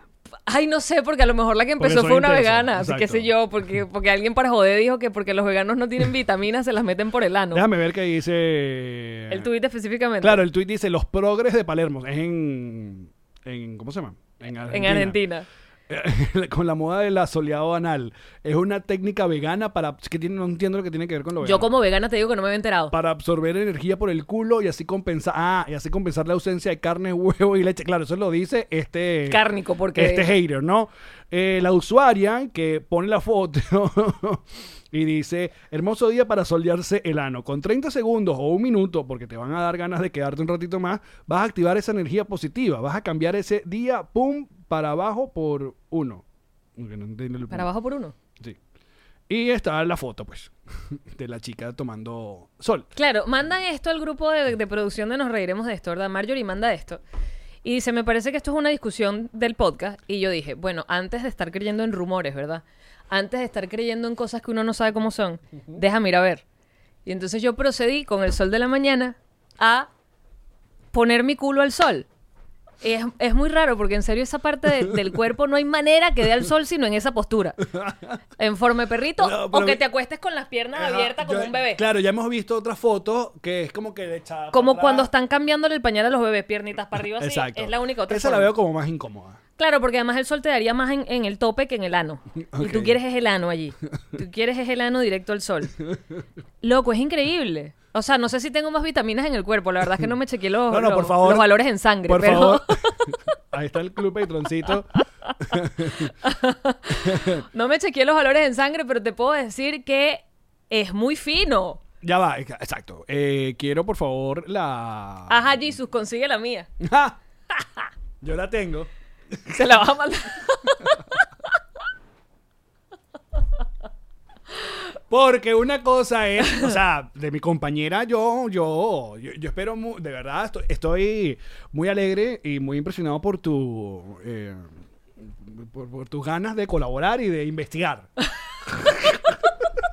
Speaker 3: Ay, no sé, porque a lo mejor la que
Speaker 2: Porque
Speaker 3: empezó
Speaker 2: soy
Speaker 3: fue una
Speaker 2: intenso,
Speaker 3: vegana, así qué
Speaker 2: exacto.
Speaker 3: sé yo, porque, porque alguien para joder dijo que porque los veganos no tienen vitaminas se las meten por el ano.
Speaker 2: Déjame ver qué dice.
Speaker 3: El tuit específicamente.
Speaker 2: Claro, el tuit dice los progres de Palermo. Es en. en- ¿Cómo se llama? En
Speaker 3: En Argentina.
Speaker 2: con la moda del asoleado anal. Es una técnica vegana para. Es que tiene- no entiendo lo que tiene que ver con lo vegano.
Speaker 3: Yo como vegana te digo que no me había enterado.
Speaker 2: Para absorber energía por el culo y así compensar. Ah, y así compensar la ausencia de carne, huevo y leche. Claro, eso lo dice este.
Speaker 3: Cárnico, porque-
Speaker 2: Este hater, ¿no? Eh, la usuaria que pone la foto y dice: Hermoso día para solearse el ano. Con 30 segundos o un minuto, porque te van a dar ganas de quedarte un ratito más, vas a activar esa energía positiva. Vas a cambiar ese día, pum, para abajo por uno. Aunque no entiendo el pum.
Speaker 3: Para abajo por uno.
Speaker 2: Sí. Y está la foto, pues, de la chica tomando sol.
Speaker 3: Claro, mandan esto al grupo de, de producción de Nos Reiremos de esto, ¿verdad? Marjorie manda esto. Y dice, me parece que esto es una discusión del podcast. Y yo dije, bueno, antes de estar creyendo en rumores, ¿verdad? Antes de estar creyendo en cosas que uno no sabe cómo son, déjame ir a ver. Y entonces yo procedí con el sol de la mañana a poner mi culo al sol. Y Es, es muy raro porque en serio esa parte de- del cuerpo no hay manera que dé al sol sino en esa postura. En forma de perrito
Speaker 2: No,
Speaker 3: o
Speaker 2: pero
Speaker 3: que
Speaker 2: mi-
Speaker 3: te acuestes con las piernas
Speaker 2: Ajá,
Speaker 3: abiertas como
Speaker 2: yo-
Speaker 3: un bebé.
Speaker 2: Claro, ya hemos visto otras fotos que es como que le echada.
Speaker 3: Como
Speaker 2: para
Speaker 3: cuando
Speaker 2: atrás.
Speaker 3: están cambiándole el pañal a los bebés, piernitas para arriba, así. Es la única otra.
Speaker 2: Esa la
Speaker 3: forma.
Speaker 2: veo como más incómoda.
Speaker 3: Claro, porque además el sol te daría más en, en el tope que en el ano. Y tú
Speaker 2: Ok.
Speaker 3: quieres es el ano allí. Tú quieres es el ano directo al sol. Loco, es increíble. O sea, no sé si tengo más vitaminas en el cuerpo. La verdad es que no me chequeé los,
Speaker 2: no, no, por
Speaker 3: los-
Speaker 2: favor.
Speaker 3: los valores en sangre.
Speaker 2: Por
Speaker 3: pero...
Speaker 2: favor. Ahí está el club patroncito.
Speaker 3: No me chequeé los valores en sangre, pero te puedo decir que es muy fino.
Speaker 2: Ya va, ex- exacto. Eh, quiero, por favor, la.
Speaker 3: Ajá, Jesus, consigue la mía.
Speaker 2: Ajá. Yo la tengo.
Speaker 3: Se la vas a mandar.
Speaker 2: Porque una cosa es, o sea, de mi compañera, yo, yo, yo, yo espero, mu- de verdad, estoy, estoy muy alegre y muy impresionado por tu, eh, por, por tus ganas de colaborar y de investigar.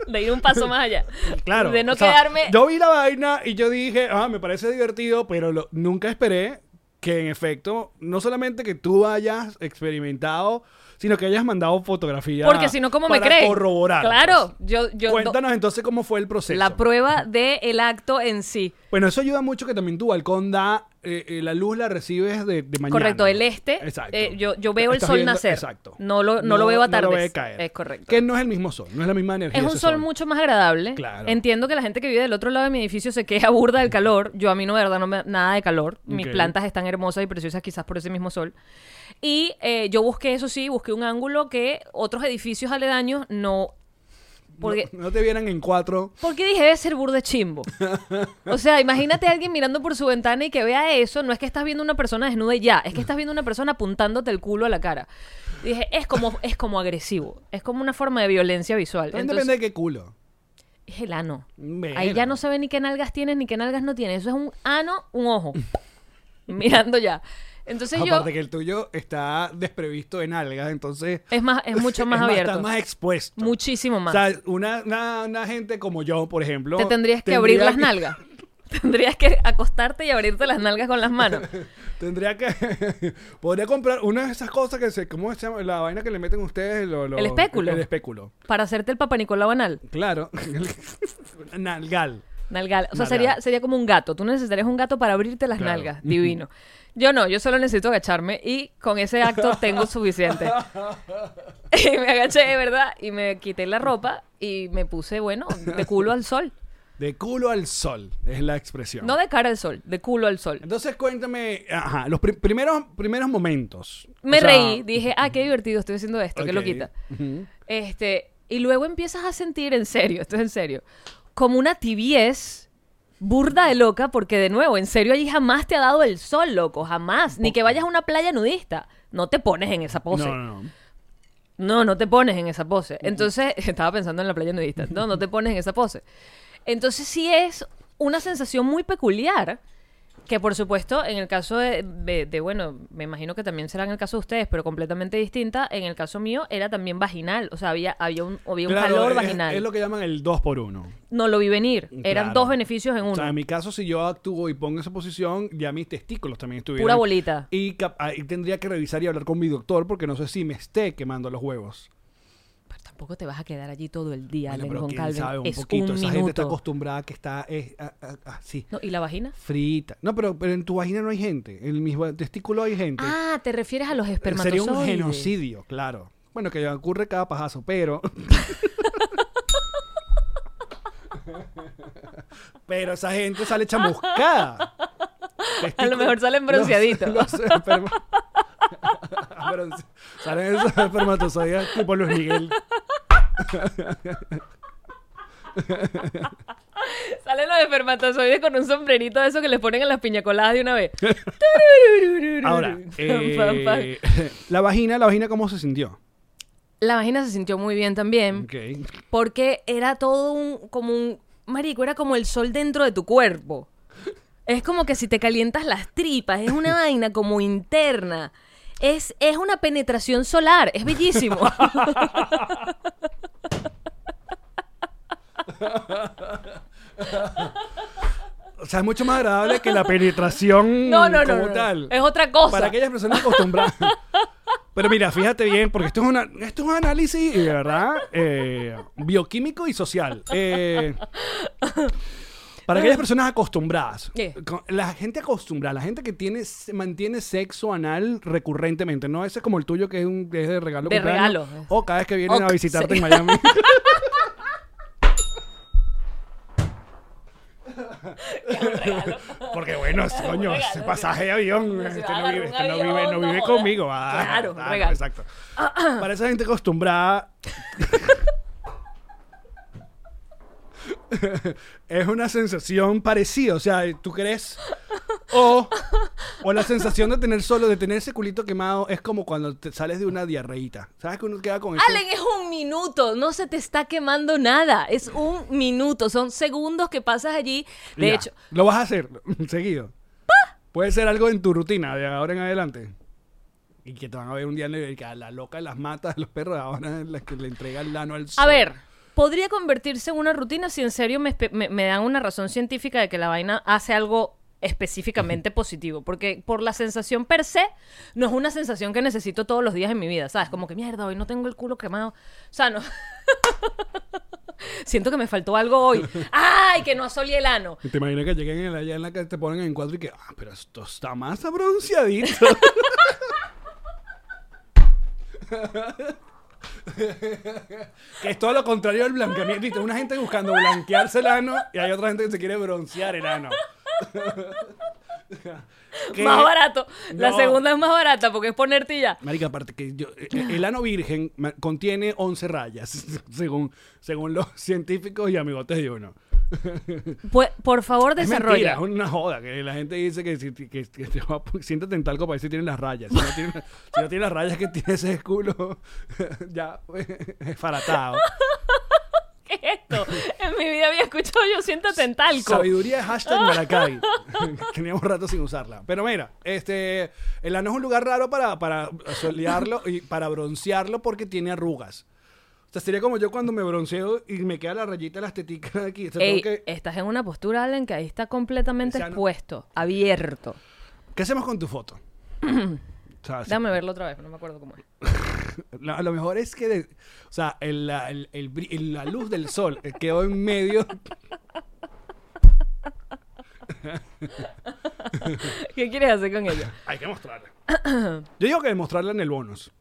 Speaker 3: De ir un paso más allá.
Speaker 2: Claro.
Speaker 3: De no
Speaker 2: o sea,
Speaker 3: quedarme.
Speaker 2: Yo vi la vaina y yo dije, ah, me parece divertido, pero lo- nunca esperé que en efecto, no solamente que tú hayas experimentado, sino que hayas mandado fotografías.
Speaker 3: Porque si no, ¿cómo me
Speaker 2: para
Speaker 3: crees?
Speaker 2: corroborar.
Speaker 3: Claro,
Speaker 2: pues.
Speaker 3: yo, yo
Speaker 2: Cuéntanos entonces cómo fue el proceso.
Speaker 3: la prueba del acto en sí.
Speaker 2: Bueno, eso ayuda mucho que también tu balcón da, eh, eh, la luz la recibes de, de mañana.
Speaker 3: Correcto, el este,
Speaker 2: Exacto.
Speaker 3: eh, yo- yo veo el
Speaker 2: Estás
Speaker 3: sol
Speaker 2: viendo-
Speaker 3: nacer.
Speaker 2: Exacto.
Speaker 3: No lo- no lo veo
Speaker 2: No lo
Speaker 3: atardecer.
Speaker 2: ve caer.
Speaker 3: Es correcto.
Speaker 2: Que no es el mismo sol, no es la misma energía.
Speaker 3: Es un
Speaker 2: ese
Speaker 3: sol, mucho más agradable.
Speaker 2: Claro.
Speaker 3: Entiendo que la gente que vive del otro lado de mi edificio se queja burda del calor. Yo a mí no, de verdad, no me da nada de calor. Mis
Speaker 2: Ok.
Speaker 3: plantas están hermosas y preciosas quizás por ese mismo sol. Y eh, yo busqué, eso sí, busqué un ángulo que otros edificios aledaños no... Porque,
Speaker 2: No, no te vieran en cuatro.
Speaker 3: Porque dije, debe ser burda de chimbo. O sea, imagínate a alguien mirando por su ventana y que vea eso. No es que estás viendo una persona desnuda y ya, es que estás viendo una persona apuntándote el culo a la cara. Y dije, es como, es como agresivo. Es como una forma de violencia visual.
Speaker 2: También
Speaker 3: Entonces,
Speaker 2: depende de qué culo.
Speaker 3: es el ano.
Speaker 2: Bueno.
Speaker 3: Ahí ya no se ve ni qué nalgas tienes ni qué nalgas no tienes. Eso es un ano, un ojo. Mirando ya. Entonces yo.
Speaker 2: Aparte que el tuyo está desprevisto en algas, entonces...
Speaker 3: Es, más, es mucho más abierto.
Speaker 2: Está más expuesto.
Speaker 3: Muchísimo más.
Speaker 2: O sea, una, una, una gente como yo, por ejemplo...
Speaker 3: Te tendrías que
Speaker 2: tendría
Speaker 3: abrir las nalgas. Tendrías que acostarte y abrirte las nalgas con las manos.
Speaker 2: Tendría que... podría comprar una de esas cosas que se... ¿Cómo se llama? La vaina que le meten ustedes. lo- lo-
Speaker 3: El espéculo.
Speaker 2: El espéculo.
Speaker 3: Para hacerte el Papa Nicolau anal.
Speaker 2: Claro. Nalgal.
Speaker 3: Nalgal. O sea,
Speaker 2: Nalgal.
Speaker 3: sería, sería como un gato. Tú necesitarías un gato para abrirte las
Speaker 2: Claro.
Speaker 3: nalgas. Divino. Yo no, yo solo necesito agacharme y con ese acto tengo suficiente. y me agaché, de verdad, y me quité la ropa y me puse, bueno, de culo al sol.
Speaker 2: De culo al sol, es la expresión.
Speaker 3: No de cara al sol, de culo al sol.
Speaker 2: Entonces cuéntame, ajá, los pri- primeros, primeros momentos.
Speaker 3: Me
Speaker 2: O sea,
Speaker 3: reí, dije, ah, qué divertido, estoy haciendo esto, qué
Speaker 2: Ok.
Speaker 3: loquita.
Speaker 2: Ujú.
Speaker 3: Este, y luego empiezas a sentir, en serio, esto es en serio, como una tibiez burda de loca, porque de nuevo, en serio, allí jamás te ha dado el sol, loco, jamás. Ni que vayas a una playa nudista, no te pones en esa pose.
Speaker 2: No, no, no.
Speaker 3: No, no te pones en esa pose. Entonces, estaba pensando en la playa nudista. No, no te pones en esa pose. Entonces, sí es una sensación muy peculiar. Que por supuesto, en el caso de, de- de, bueno, me imagino que también será en el caso de ustedes, pero completamente distinta. En el caso mío era también vaginal. O sea, había, había un, había un
Speaker 2: Claro,
Speaker 3: calor
Speaker 2: es-
Speaker 3: vaginal.
Speaker 2: Es, lo que llaman el 2 por 1
Speaker 3: No lo vi venir. Eran dos beneficios en uno.
Speaker 2: O sea, en mi caso, si yo actúo y pongo esa posición, ya mis testículos también estuvieron.
Speaker 3: Pura bolita.
Speaker 2: Y cap- ahí tendría que revisar y hablar con mi doctor porque no sé si me esté quemando los huevos.
Speaker 3: Pero tampoco tampoco te vas a quedar allí todo el día,
Speaker 2: Bueno,
Speaker 3: Len
Speaker 2: pero quién
Speaker 3: Goncalves.
Speaker 2: sabe un
Speaker 3: es
Speaker 2: poquito.
Speaker 3: un
Speaker 2: Esa
Speaker 3: minuto.
Speaker 2: gente está acostumbrada que está eh, a- a- así,
Speaker 3: No, ¿Y la vagina?
Speaker 2: frita. No, pero, pero en tu vagina no hay gente. En mis va- testículos hay gente.
Speaker 3: Ah, te refieres a los
Speaker 2: Eh, Sería
Speaker 3: espermatozoides.
Speaker 2: un genocidio, claro. Bueno, que ocurre cada pajazo, pero. pero esa gente sale chamuscada.
Speaker 3: A lo mejor salen
Speaker 2: Los-
Speaker 3: bronceaditos.
Speaker 2: los esperma- Bronce- Salen esos espermatozoides tipo Luis Miguel.
Speaker 3: Salen los espermatozoides con un sombrerito de eso que les ponen en las piñacoladas de una vez.
Speaker 2: Ahora,
Speaker 3: Pam, pam, pam.
Speaker 2: eh, la vagina, la vagina, ¿cómo se sintió?
Speaker 3: La vagina se sintió muy bien también.
Speaker 2: Ok.
Speaker 3: Porque era todo un, como un, marico, era como el sol dentro de tu cuerpo. Es como que si te calientas las tripas, es una vaina como interna. Es, es una penetración solar, es bellísimo.
Speaker 2: O sea, es mucho más agradable que la penetración
Speaker 3: No, no, no,
Speaker 2: como
Speaker 3: no, no.
Speaker 2: tal.
Speaker 3: Es otra cosa.
Speaker 2: Para aquellas personas acostumbradas. Pero mira, fíjate bien, porque esto es, una, esto es un análisis, de verdad, eh, bioquímico y social. Eh, para aquellas personas acostumbradas.
Speaker 3: Yeah.
Speaker 2: con- La gente acostumbrada, la gente que tiene, se- mantiene sexo anal recurrentemente, no ese es como el tuyo que es, un, que es de regalo.
Speaker 3: De
Speaker 2: cumpleaños,
Speaker 3: regalo.
Speaker 2: O cada vez que vienen
Speaker 3: O-
Speaker 2: a visitarte
Speaker 3: sí.
Speaker 2: en Miami. Porque bueno, coño, ese pasaje de avión,
Speaker 3: Pero si
Speaker 2: este
Speaker 3: vas a
Speaker 2: no
Speaker 3: agarrar
Speaker 2: vive,
Speaker 3: un
Speaker 2: este no
Speaker 3: avión,
Speaker 2: vive, no
Speaker 3: no
Speaker 2: vive
Speaker 3: jodas.
Speaker 2: conmigo. ah,
Speaker 3: Claro, un
Speaker 2: ah,
Speaker 3: regalo.
Speaker 2: Exacto. Para esa gente acostumbrada, es una sensación parecida. O sea, ¿tú crees? O, o la sensación de tener solo, de tener ese culito quemado, es como cuando te sales de una diarreíta. ¿Sabes que uno queda con eso?
Speaker 3: Allen, es un minuto, no se te está quemando nada, es un minuto, son segundos que pasas allí. De
Speaker 2: Ya,
Speaker 3: hecho,
Speaker 2: Lo vas a hacer seguido. Puede ser algo en tu rutina de ahora en adelante. Y que te van a ver un día en el que a la loca de las matas de los perros ahora es la que le entrega el lano al sol.
Speaker 3: a ver, podría convertirse en una rutina si en serio me, espe- me- me dan una razón científica de que la vaina hace algo específicamente positivo, porque por la sensación per se, no es una sensación que necesito todos los días en mi vida, ¿sabes? Como que mierda, hoy no tengo el culo quemado, o sea, no. Siento que me faltó algo hoy. ¡Ay, que no asolí el ano!
Speaker 2: Y Te imaginas que lleguen en la- allá en la que te ponen en cuatro y que, ah, pero esto está más abronciadito. que es todo lo contrario al blanqueamiento. Viste, una gente buscando blanquearse el ano y hay otra gente que se quiere broncear el ano. Que-
Speaker 3: Más barato. La
Speaker 2: No.
Speaker 3: segunda es más barata porque es ponerte y ya.
Speaker 2: Marica, aparte que yo, eh, eh, el ano virgen ma- contiene 11 rayas, según, según los científicos y amigotes de uno.
Speaker 3: Pu- por favor,
Speaker 2: Es mentira,
Speaker 3: desarrolla.
Speaker 2: es una joda, que la gente dice que, si- que, que te va a pu- siéntate en talco para ver si tienen las rayas. Si no tiene, si no tiene las rayas que tiene ese culo, ya, pues, es faratado.
Speaker 3: ¿Qué es esto? En mi vida había escuchado yo siéntate en talco.
Speaker 2: Sabiduría de hashtag Maracay. Teníamos rato sin usarla. Pero mira, este, el ano es un lugar raro para, para solearlo y para broncearlo porque tiene arrugas. O sea, sería como yo cuando me bronceo y me queda la rayita de las teticas aquí. O sea, tengo
Speaker 3: Ey, eh.
Speaker 2: que-
Speaker 3: estás en una postura, Allen, que ahí está completamente
Speaker 2: Ese ano-
Speaker 3: expuesto, abierto.
Speaker 2: ¿Qué hacemos con tu foto? O sea, si-
Speaker 3: Déjame verlo otra vez, no me acuerdo cómo es.
Speaker 2: la- lo mejor es que, de- o sea, el- la- el- el bri- el- la luz del sol quedó en medio
Speaker 3: ¿Qué quieres hacer con ella?
Speaker 2: Hay que mostrarla. Yo digo que mostrarla en el bonus.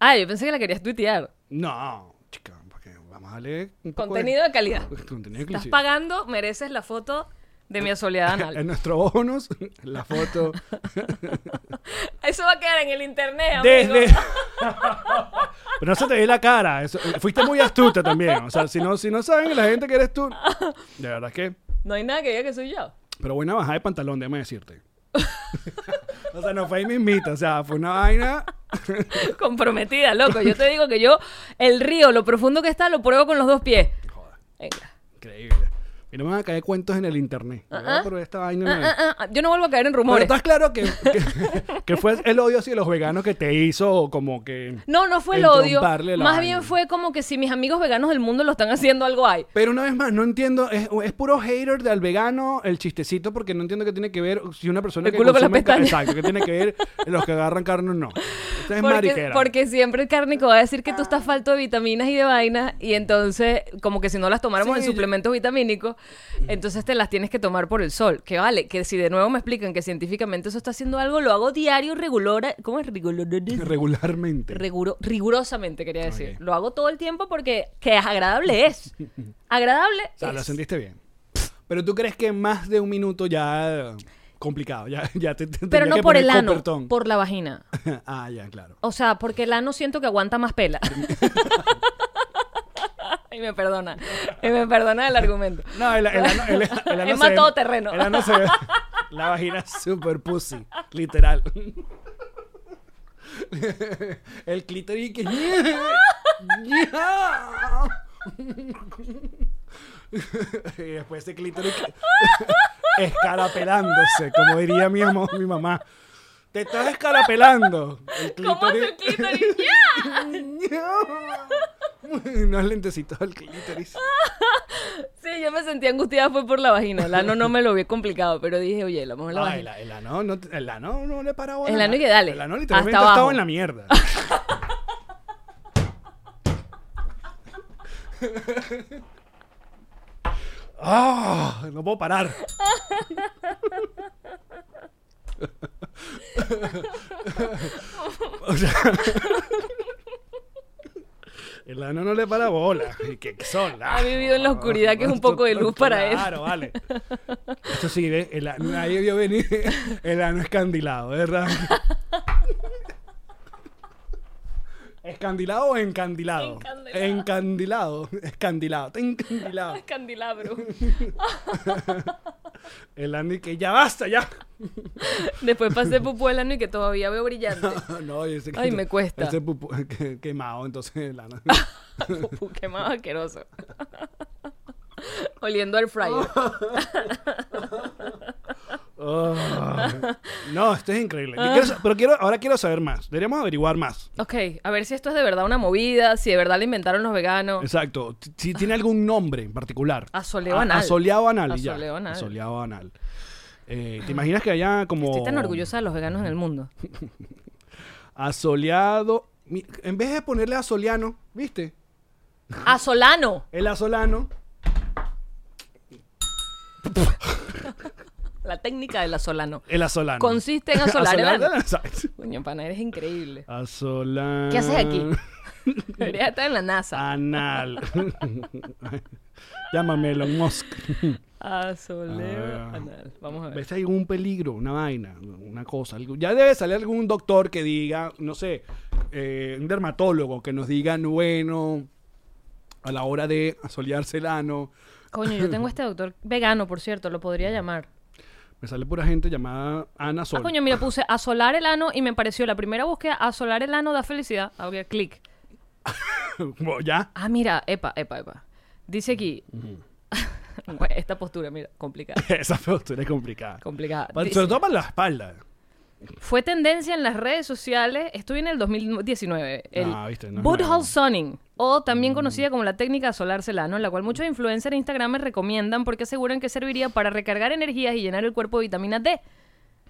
Speaker 3: Ah, yo pensé que la querías tuitear.
Speaker 2: No, chica, porque vamos a darle un poco de- Pues,
Speaker 3: Contenido de calidad.
Speaker 2: Contenido
Speaker 3: Estás
Speaker 2: exclusivo.
Speaker 3: pagando, mereces la foto de mi asoleada
Speaker 2: En
Speaker 3: anal.
Speaker 2: nuestro bonus, la foto
Speaker 3: Eso va a quedar en el internet, amigo.
Speaker 2: desde... Pero no se te ve la cara. eso- fuiste muy astuta también. O sea, si no, si no saben la gente que eres tú, de verdad es que...
Speaker 3: No hay nada que diga que soy yo.
Speaker 2: Pero buena bajada de pantalón, déjame decirte. o sea, no fue ahí mismita. O sea, fue una vaina...
Speaker 3: Comprometida, loco. Yo te digo que yo, el río, lo profundo que está, lo pruebo con los dos pies.
Speaker 2: Joda,
Speaker 3: Venga.
Speaker 2: increíble. Y no me van a caer cuentos en el internet. Yo voy a probar esta vaina una
Speaker 3: Ah,
Speaker 2: vez.
Speaker 3: ah, ah, Yo no vuelvo a caer en
Speaker 2: Pero
Speaker 3: rumores.
Speaker 2: estás claro que, que, que fue el odio hacia los veganos que te hizo como que...
Speaker 3: No, no fue el odio.
Speaker 2: entromparle la
Speaker 3: Más
Speaker 2: vaina.
Speaker 3: bien fue como que si mis amigos veganos del mundo lo están haciendo, algo hay.
Speaker 2: Pero una vez más, no entiendo, es, es puro hater del vegano el chistecito porque no entiendo qué tiene que ver si una persona
Speaker 3: El
Speaker 2: que
Speaker 3: culo con las
Speaker 2: consume carne-
Speaker 3: pestañas.
Speaker 2: Exacto, qué tiene que ver los que agarran carne o no. Esta es
Speaker 3: Porque,
Speaker 2: mariquera.
Speaker 3: porque siempre el cárnico va a decir que tú estás falto de vitaminas y de vainas y entonces como que si no las tomáramos
Speaker 2: Sí,
Speaker 3: en
Speaker 2: yo-
Speaker 3: suplementos vitamínicos, entonces te las tienes que tomar por el sol. Que vale, que si de nuevo me explican que científicamente eso está haciendo algo, lo hago diario, regular, ¿cómo es? Regular,
Speaker 2: Regularmente.
Speaker 3: Reguro- rigurosamente quería decir.
Speaker 2: Ok.
Speaker 3: Lo hago todo el tiempo porque que agradable es. Agradable
Speaker 2: o sea, lo
Speaker 3: es.
Speaker 2: sentiste bien. Pero tú crees que más de un minuto ya... eh, Complicado, ya, ya te, te
Speaker 3: Pero
Speaker 2: tendría
Speaker 3: no
Speaker 2: que
Speaker 3: por
Speaker 2: poner
Speaker 3: el ano,
Speaker 2: Coppertone.
Speaker 3: por la vagina.
Speaker 2: ah, ya, claro.
Speaker 3: O sea, porque el ano siento que aguanta más pela. y me perdona. Y me perdona el argumento.
Speaker 2: No, el, el ano, el- el ano
Speaker 3: Es
Speaker 2: se
Speaker 3: más
Speaker 2: ve-
Speaker 3: todoterreno.
Speaker 2: El ano se ve- La vagina es super pussy, literal. El clítoris que... Y después ese clítoris que- escarapelándose, como diría mi, amo- mi mamá. Te estás escarapelando. El
Speaker 3: ¿Cómo hace el clítoris? ¡Ya!
Speaker 2: Unos lentecitos al clítoris.
Speaker 3: Sí, yo me sentí angustiada fue por la vagina. El ano no me lo vi complicado, pero dije, oye, la mejor la
Speaker 2: Ah, el,
Speaker 3: vagina.
Speaker 2: el ano, no, te- el ano no le paraba.
Speaker 3: El ano y que dale,
Speaker 2: El ano literalmente
Speaker 3: hasta
Speaker 2: estaba
Speaker 3: abajo.
Speaker 2: en la mierda. Ah, no puedo parar. O sea, el ano no le para bola. Y que son.
Speaker 3: Ha vivido en la oscuridad, que es un poco de luz para él.
Speaker 2: Claro, vale. Eso sí, ¿ves? El, ano- nadie vio venir el ano escandilado, ¿verdad? ¿Escandilado o encandilado? Encandilado. Escandilado. Está encandilado.
Speaker 3: Escandilabro.
Speaker 2: El ano y que ya basta, ya.
Speaker 3: Después pasé pupú el ano y que todavía veo brillante.
Speaker 2: No, yo sé que
Speaker 3: Ay, me cuesta.
Speaker 2: Ese pupu- que- quemado, entonces el ano.
Speaker 3: Pupú, qué más asqueroso. Oliendo al fryer.
Speaker 2: Oh. No, esto es increíble.
Speaker 3: Ah.
Speaker 2: Yo quiero sa- pero quiero, ahora quiero saber más. Deberíamos averiguar más.
Speaker 3: Ok, a ver si esto es de verdad una movida, si de verdad la inventaron los veganos.
Speaker 2: Exacto. T- Si tiene algún nombre en particular.
Speaker 3: Asoleo
Speaker 2: A-
Speaker 3: anal.
Speaker 2: Asoleado anal. y ya.
Speaker 3: Asoleo anal.
Speaker 2: Asoleado anal. Eh, ¿Te imaginas que haya como.
Speaker 3: Estoy tan orgullosa de los veganos en el mundo.
Speaker 2: Asoleado. Mi- En vez de ponerle asoleano, ¿viste?
Speaker 3: ¡A Solano!
Speaker 2: El asolano.
Speaker 3: La técnica del asolano.
Speaker 2: El asolano.
Speaker 3: Consiste en asolar el
Speaker 2: Asolando
Speaker 3: ano.
Speaker 2: exacto.
Speaker 3: Coño, pana, eres increíble.
Speaker 2: Asolano.
Speaker 3: ¿Qué haces aquí? Deberías estar en la
Speaker 2: Ah.
Speaker 3: NASA.
Speaker 2: Anal. Llámame Elon Musk.
Speaker 3: Asoleo
Speaker 2: Ah.
Speaker 3: anal. Vamos a ver.
Speaker 2: ¿Ves algún peligro, una vaina, una cosa? algo- Ya debe salir algún doctor que diga, no sé, eh, un dermatólogo que nos diga, bueno, a la hora de asolearse el ano,
Speaker 3: Coño, yo tengo este doctor vegano, por cierto, lo podría llamar.
Speaker 2: me sale pura gente llamada Ana Sol.
Speaker 3: Ah, coño, mira, puse asolar el ano y me pareció la primera búsqueda, asolar el ano da felicidad. Habría clic.
Speaker 2: Bueno, ya,
Speaker 3: Ah, mira, epa, epa, epa. Dice aquí. Esta postura, mira, complicada.
Speaker 2: esa postura es complicada.
Speaker 3: Complicada.
Speaker 2: Pa-
Speaker 3: Dice-
Speaker 2: Sobre todo para la espalda.
Speaker 3: Fue tendencia en las redes sociales, estuve en el 2019, el
Speaker 2: Ah, viste, no es
Speaker 3: Butthole
Speaker 2: nuevo. Mm.
Speaker 3: Sunning, o también conocida como la técnica solar celano, la cual muchos influencers de Instagram me recomiendan porque aseguran que serviría para recargar energías y llenar el cuerpo de vitamina D.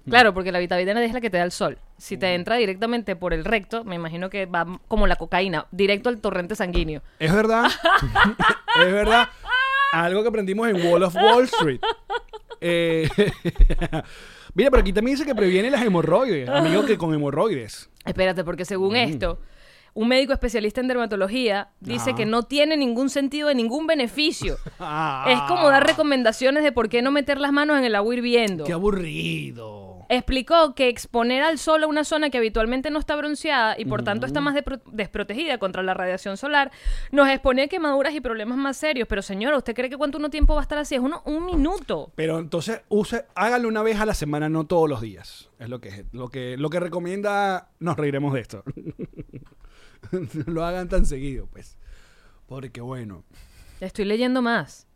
Speaker 2: Mm.
Speaker 3: Claro, porque la vitamina D es la que te da el sol. Si te entra directamente por el recto, me imagino que va como la cocaína, directo al torrente sanguíneo.
Speaker 2: Es verdad, es verdad. Algo que aprendimos en Wall of Wall Street. Eh, mira, pero aquí también dice que previene las hemorroides. Amigo que con hemorroides.
Speaker 3: Espérate, porque según
Speaker 2: Mm.
Speaker 3: esto, un médico especialista en dermatología dice
Speaker 2: Ajá.
Speaker 3: que no tiene ningún sentido de ningún beneficio.
Speaker 2: Ah.
Speaker 3: Es como dar recomendaciones de por qué no meter las manos en el agua hirviendo.
Speaker 2: Qué aburrido.
Speaker 3: Explicó que exponer al sol a una zona que habitualmente no está bronceada y por tanto está más depro- desprotegida contra la radiación solar nos expone a quemaduras y problemas más serios. Pero señora, ¿usted cree que cuánto uno tiempo va a estar así? Es uno, un minuto.
Speaker 2: Pero entonces use, hágalo una vez a la semana, no todos los días. Es lo que lo que lo que recomienda. Nos reiremos de esto. no lo hagan tan seguido, pues. Porque bueno.
Speaker 3: Estoy leyendo más.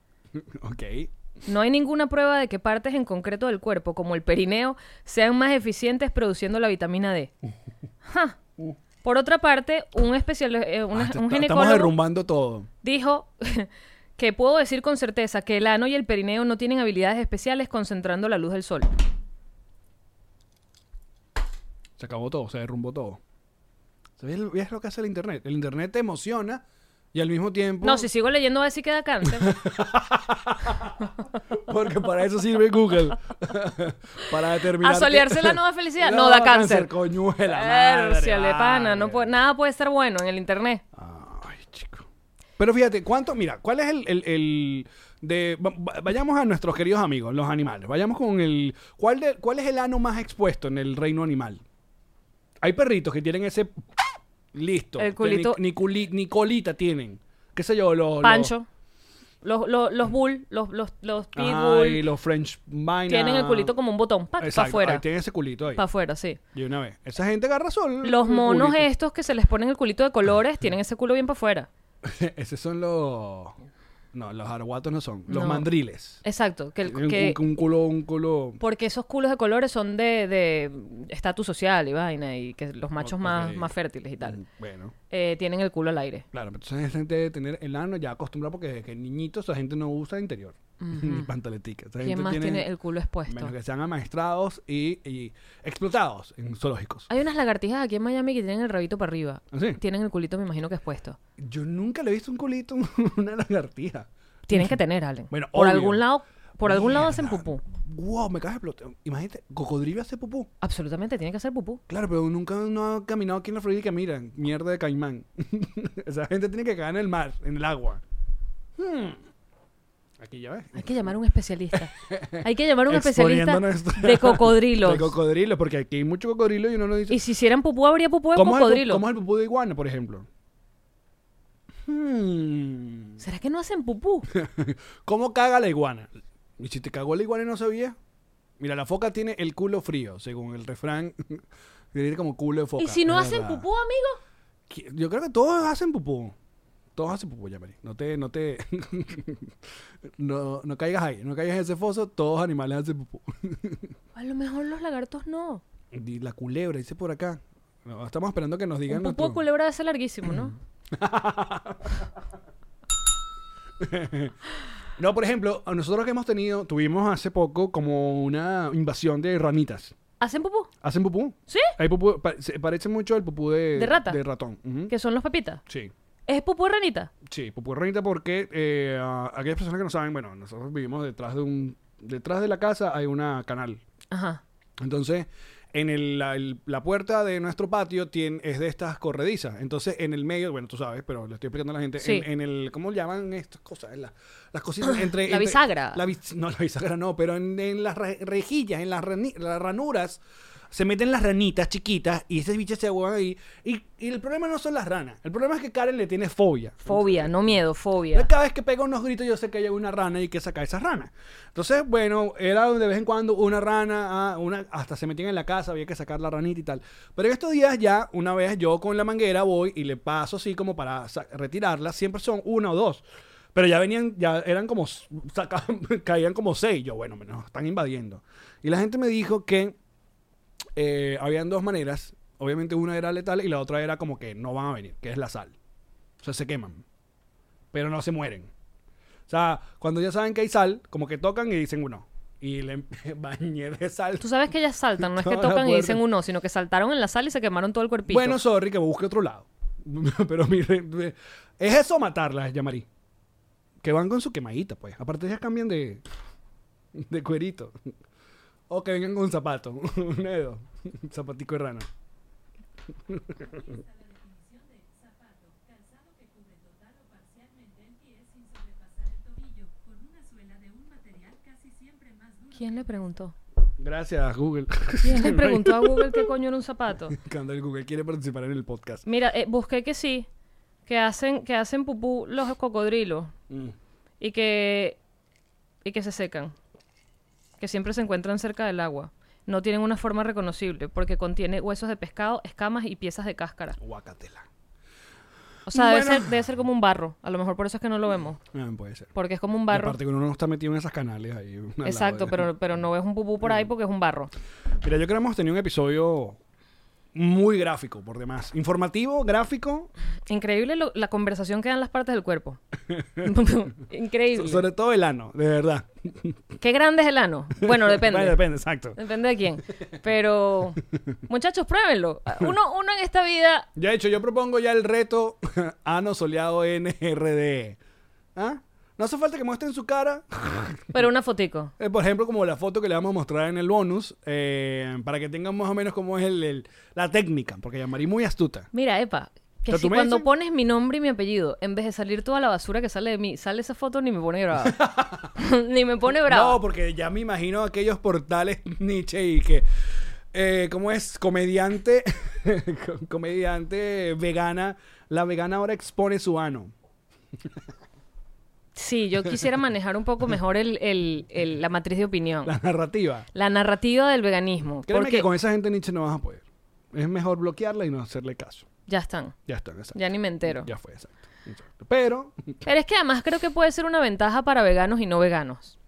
Speaker 2: ok.
Speaker 3: No hay ninguna prueba de que partes en concreto del cuerpo, como el perineo, sean más eficientes produciendo la vitamina D. Ja. Por otra parte, un especial, eh, un-
Speaker 2: Ah, est-
Speaker 3: un
Speaker 2: estamos
Speaker 3: ginecólogo
Speaker 2: derrumbando todo.
Speaker 3: dijo que puedo decir con certeza que el ano y el perineo no tienen habilidades especiales concentrando la luz del sol.
Speaker 2: Se acabó todo, se derrumbó todo. ¿Sabes lo- ¿Ves lo que hace el internet? El internet te emociona y al mismo tiempo.
Speaker 3: No, si sigo leyendo va a decir que da cáncer.
Speaker 2: Porque para eso sirve Google. para determinar.
Speaker 3: ¿A solearse la nueva felicidad? No, da cáncer.
Speaker 2: Coñuela, madre,
Speaker 3: Érciale, pana, no
Speaker 2: vale.
Speaker 3: puede- nada puede estar bueno en el internet.
Speaker 2: Ay, chico. Pero fíjate, ¿cuánto? Mira, ¿cuál es el, el- el de va- va- vayamos a nuestros queridos amigos, los animales. Vayamos con el ¿cuál de- cuál es el ano más expuesto en el reino animal? Hay perritos que tienen ese listo,
Speaker 3: El
Speaker 2: que ni-
Speaker 3: culito.
Speaker 2: ni, culi- ni colita tienen. ¿Qué sé yo? Los los-
Speaker 3: Pancho. Los, los, los bull, los, los, los
Speaker 2: Ay,
Speaker 3: pitbull,
Speaker 2: los French Vina.
Speaker 3: tienen el culito como un botón, para
Speaker 2: Exacto,
Speaker 3: afuera.
Speaker 2: ahí tienen ese culito ahí.
Speaker 3: Para afuera, sí.
Speaker 2: De una vez. Esa gente agarra sol.
Speaker 3: Los monos
Speaker 2: es
Speaker 3: estos que se les ponen el culito de colores tienen ese culo bien para afuera.
Speaker 2: Esos son los No, los arguatos no son, los
Speaker 3: No.
Speaker 2: mandriles.
Speaker 3: Exacto. Que, el-
Speaker 2: Un-
Speaker 3: que-
Speaker 2: un, un culo, un culo.
Speaker 3: porque esos culos de colores son de, de estatus social y vaina y que los machos más,
Speaker 2: Ok. Mm.
Speaker 3: más fértiles y tal.
Speaker 2: Bueno,
Speaker 3: eh, tienen el culo al aire.
Speaker 2: claro, pero entonces esa gente debe tener el ano ya acostumbrado porque desde que niñitos la gente no usa interior ni pantaletica. Esa
Speaker 3: ¿Quién
Speaker 2: gente
Speaker 3: más tiene el culo expuesto?
Speaker 2: Menos que sean amaestrados y, y explotados en zoológicos.
Speaker 3: Hay unas lagartijas aquí en Miami que tienen el rabito para arriba.
Speaker 2: ¿Ah, sí?
Speaker 3: Tienen el culito, me imagino que expuesto.
Speaker 2: Yo nunca le he visto un culito a una lagartija.
Speaker 3: Tienen que tener, Allen.
Speaker 2: Bueno,
Speaker 3: por
Speaker 2: obvio.
Speaker 3: algún lado, por algún lado
Speaker 2: Mierda.
Speaker 3: hacen pupú.
Speaker 2: Wow, me acabas de explotar. Imagínate, cocodrilo hace pupú.
Speaker 3: Absolutamente, tienen que hacer pupú.
Speaker 2: Claro, pero nunca uno ha caminado aquí en la Florida y que miran, mierda de caimán. Esa gente tiene que cagar en el mar, en el agua. Hmm. Aquí ya ves.
Speaker 3: Hay que llamar a un especialista. Hay que llamar a un especialista
Speaker 2: Exponiendo nuestra-
Speaker 3: de cocodrilos.
Speaker 2: De cocodrilos, porque aquí hay mucho cocodrilo y uno no dice.
Speaker 3: Y si hicieran pupú, habría pupú de
Speaker 2: ¿cómo, es el pu-
Speaker 3: cocodrilo.
Speaker 2: cómo es el pupú de iguana, por ejemplo? Hmm.
Speaker 3: ¿Será que no hacen pupú?
Speaker 2: ¿Cómo caga la iguana? Y si te cagó la iguana y no sabía. Mira, la foca tiene el culo frío, según el refrán. Tiene como culo de foca.
Speaker 3: ¿Y si no
Speaker 2: es
Speaker 3: hacen
Speaker 2: verdad.
Speaker 3: pupú, amigo?
Speaker 2: Que- Yo creo que todos hacen pupú. Todos hacen pupú, ya, Mari. No te, no te. no, no caigas ahí, no caigas en ese foso. Todos animales hacen pupú.
Speaker 3: A lo mejor los lagartos no.
Speaker 2: Di- La culebra, dice por acá. No, estamos esperando que nos digan.
Speaker 3: Un pupú de
Speaker 2: nuestro-
Speaker 3: culebra debe ser larguísimo, ¿no?
Speaker 2: No, por ejemplo, a nosotros que hemos tenido, tuvimos hace poco como una invasión de ranitas.
Speaker 3: ¿Hacen pupú?
Speaker 2: ¿Hacen pupú?
Speaker 3: ¿Sí?
Speaker 2: Hay pupú, pa- se parece mucho al pupú de,
Speaker 3: ¿De rata?
Speaker 2: de ratón. Ujú.
Speaker 3: Que son los papitas.
Speaker 2: Sí.
Speaker 3: ¿Es pupú de ranita?
Speaker 2: Sí, Pupú Ranita porque eh, a- aquellas personas que no saben, bueno, nosotros vivimos detrás de un... Detrás de la casa hay una canal.
Speaker 3: Ajá.
Speaker 2: Entonces, en el- la, el- la puerta de nuestro patio tiene, es de estas corredizas. Entonces, en el medio, bueno, tú sabes, pero le estoy explicando a la gente,
Speaker 3: Sí. Ah,
Speaker 2: en, en el... ¿Cómo llaman estas cosas? En la- las cositas entre...
Speaker 3: La
Speaker 2: entre-
Speaker 3: bisagra.
Speaker 2: la bis- no, la bisagra no, pero en, en las re- rejillas, en las, rani- las ranuras... Se meten las ranitas chiquitas y esas bichas se ahogan ahí. Y, y el problema no son las ranas. El problema es que Karen le tiene fobia.
Speaker 3: Fobia, no miedo, fobia.
Speaker 2: Cada vez que pega unos gritos, yo sé que hay una rana y que saca esas ranas. Entonces, bueno, era de vez en cuando una rana, ah, una, hasta se metían en la casa, había que sacar la ranita y tal. Pero en estos días ya, una vez yo con la manguera voy y le paso así como para sa- retirarla, siempre son una o dos. Pero ya venían, ya eran como, s- sacaban- caían como seis. Yo, bueno, nos están invadiendo. Y la gente me dijo que eh, habían dos maneras. Obviamente una era letal y la otra era como que no van a venir, que es la sal. O sea, se queman pero no se mueren. O sea, cuando ya saben que hay sal, como que tocan y dicen uno. Y le bañé de sal.
Speaker 3: Tú sabes que ellas saltan, no es que
Speaker 2: Toda la
Speaker 3: tocan y
Speaker 2: puerta.
Speaker 3: dicen uno, sino que saltaron en la sala y se quemaron todo el cuerpito.
Speaker 2: Bueno, sorry, que busque otro lado. pero mire, es eso matarlas, Yamari. Que van con su quemadita, pues. Aparte, ellas cambian de, de cuerito. O que vengan con zapato. Un dedo. Un zapatico de rana.
Speaker 3: ¿quién le preguntó?
Speaker 2: Gracias, Google.
Speaker 3: ¿Quién le preguntó a Google qué coño era un zapato?
Speaker 2: Cuando el Google quiere participar en el podcast.
Speaker 3: Mira, eh, busqué que sí, que hacen, que hacen pupú los cocodrilos
Speaker 2: Mm.
Speaker 3: y que, y que se secan, que siempre se encuentran cerca del agua. No tienen una forma reconocible porque contiene huesos de pescado, escamas y piezas de cáscara.
Speaker 2: Guacatela.
Speaker 3: O sea, debe,
Speaker 2: Bueno.
Speaker 3: ser, debe ser como un barro. A lo mejor por eso es que no lo vemos.
Speaker 2: Ah, puede ser.
Speaker 3: Porque es como un
Speaker 2: Y
Speaker 3: barro.
Speaker 2: Aparte que uno no está metido en esas canales ahí. al lado
Speaker 3: Exacto,
Speaker 2: de-
Speaker 3: pero, pero no ves un pupú por ahí porque es un barro.
Speaker 2: Mira, yo creo que hemos tenido un episodio muy gráfico, por demás. Informativo, gráfico,
Speaker 3: Increíble lo- la conversación que dan las partes del cuerpo.
Speaker 2: so-
Speaker 3: Increíble.
Speaker 2: sobre todo el ano, de verdad.
Speaker 3: ¿Qué grande es el ano? Bueno, depende.
Speaker 2: Bueno, depende, exacto.
Speaker 3: Depende de quién. Pero, muchachos, pruébenlo. Uno, uno en esta vida.
Speaker 2: Ya hecho, yo propongo ya el reto ano soleado NRD. ¿Ah? No hace falta que muestren su cara.
Speaker 3: Pero una fotico.
Speaker 2: Eh, por ejemplo, como la foto que le vamos a mostrar en el bonus, eh, para que tengan más o menos cómo es el- el- la técnica, porque Yamari muy astuta.
Speaker 3: Mira, Epa, que
Speaker 2: Pero
Speaker 3: si
Speaker 2: tú me
Speaker 3: cuando
Speaker 2: dices-
Speaker 3: pones mi nombre y mi apellido, en vez de salir toda la basura que sale de mí, sale esa foto ni me pone brava. ni me pone brava.
Speaker 2: No, porque ya me imagino aquellos portales Nietzsche y que. Eh, ¿Cómo es? Comediante. com- comediante vegana. La vegana ahora expone su ano.
Speaker 3: Sí, yo quisiera manejar un poco mejor el, el- el- la matriz de opinión.
Speaker 2: La narrativa.
Speaker 3: La narrativa del veganismo.
Speaker 2: Créeme
Speaker 3: porque
Speaker 2: que con esa gente Nietzsche no vas a poder. Es mejor bloquearla y no hacerle caso.
Speaker 3: ya están.
Speaker 2: Ya está, exacto.
Speaker 3: Ya ni me entero.
Speaker 2: Ya fue, exacto. exacto. Pero,
Speaker 3: Pero es que además creo que puede ser una ventaja para veganos y no veganos.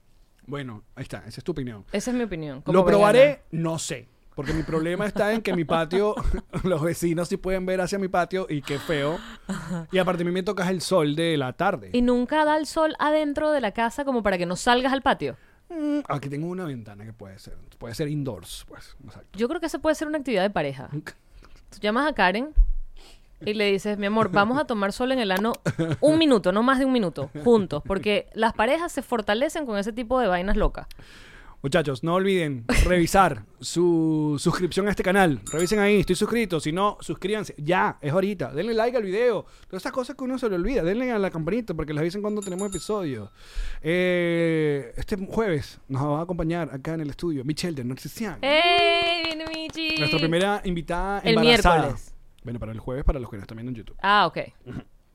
Speaker 2: bueno, ahí está, esa es tu opinión.
Speaker 3: Esa es mi opinión. como
Speaker 2: ¿Lo probaré?
Speaker 3: vegana.
Speaker 2: No sé. Porque mi problema está en que mi patio, los vecinos sí pueden ver hacia mi patio y qué feo. Y aparte a mí me tocas el sol de la tarde.
Speaker 3: Y nunca da el sol adentro de la casa como para que no salgas al patio.
Speaker 2: Mm, Aquí tengo una ventana que puede ser. Puede ser indoors, pues. Exacto.
Speaker 3: Yo creo que esa puede ser una actividad de pareja. Tú llamas a Karen y le dices, mi amor, vamos a tomar sol en el ano un minuto, no más de un minuto, juntos. Porque las parejas se fortalecen con ese tipo de vainas locas.
Speaker 2: Muchachos, no olviden revisar su suscripción a este canal. Revisen ahí, estoy suscrito. Si no, suscríbanse. Ya, es ahorita. Denle like al video. Todas esas cosas que uno se le olvida. Denle a la campanita porque les avisen cuando tenemos episodios. Eh, este jueves nos va a acompañar acá en el estudio Michelle de Narcisian.
Speaker 3: ¡Ey! Viene Michi.
Speaker 2: Nuestra primera invitada
Speaker 3: El
Speaker 2: embarazada.
Speaker 3: miércoles.
Speaker 2: Bueno, para el jueves, para los que no están viendo en YouTube.
Speaker 3: Ah, ok.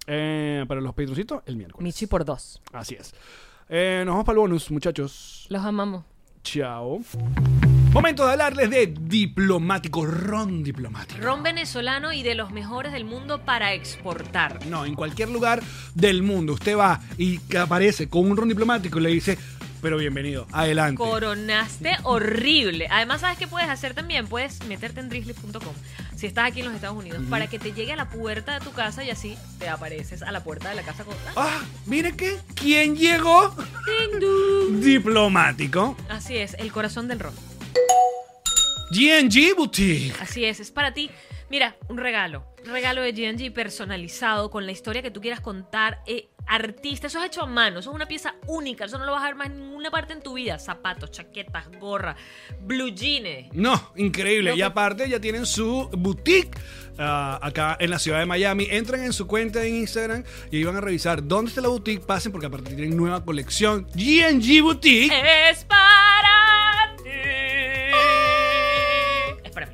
Speaker 2: Eh, para los patroncitos, el miércoles.
Speaker 3: Michi por dos.
Speaker 2: Así es. Eh, nos vamos para el bonus, muchachos.
Speaker 3: Los amamos.
Speaker 2: Chao. Momento de hablarles de diplomático, ron diplomático.
Speaker 3: Ron venezolano y de los mejores del mundo para exportar.
Speaker 2: No, en cualquier lugar del mundo. Usted va y que aparece con un ron diplomático y le dice, pero bienvenido, adelante.
Speaker 3: Coronaste horrible. Además, ¿sabes qué puedes hacer también? Puedes meterte en drizzly.com si estás aquí en los Estados Unidos para que te llegue a la puerta de tu casa y así te apareces a la puerta de la casa con... ¡Ah!
Speaker 2: Ah, mire que, ¿quién llegó?
Speaker 3: ¡Ding, dong!
Speaker 2: Diplomático.
Speaker 3: Así es, el corazón del rock.
Speaker 2: GNG Boutique.
Speaker 3: Así es, es para ti. Mira, un regalo. Un regalo de GNG personalizado con la historia que tú quieras contar. eh, artista, eso es hecho a mano. Eso es una pieza única. Eso no lo vas a ver más en ninguna parte en tu vida. Zapatos, chaquetas, gorra, blue jeans.
Speaker 2: No, increíble.
Speaker 3: Lo
Speaker 2: y
Speaker 3: que-
Speaker 2: aparte ya tienen su boutique ah, acá en la ciudad de Miami. Entran en su cuenta en Instagram y ahí van a revisar dónde está la boutique. Pasen porque aparte tienen nueva colección. GNG Boutique.
Speaker 3: Es para ti. Es para mí.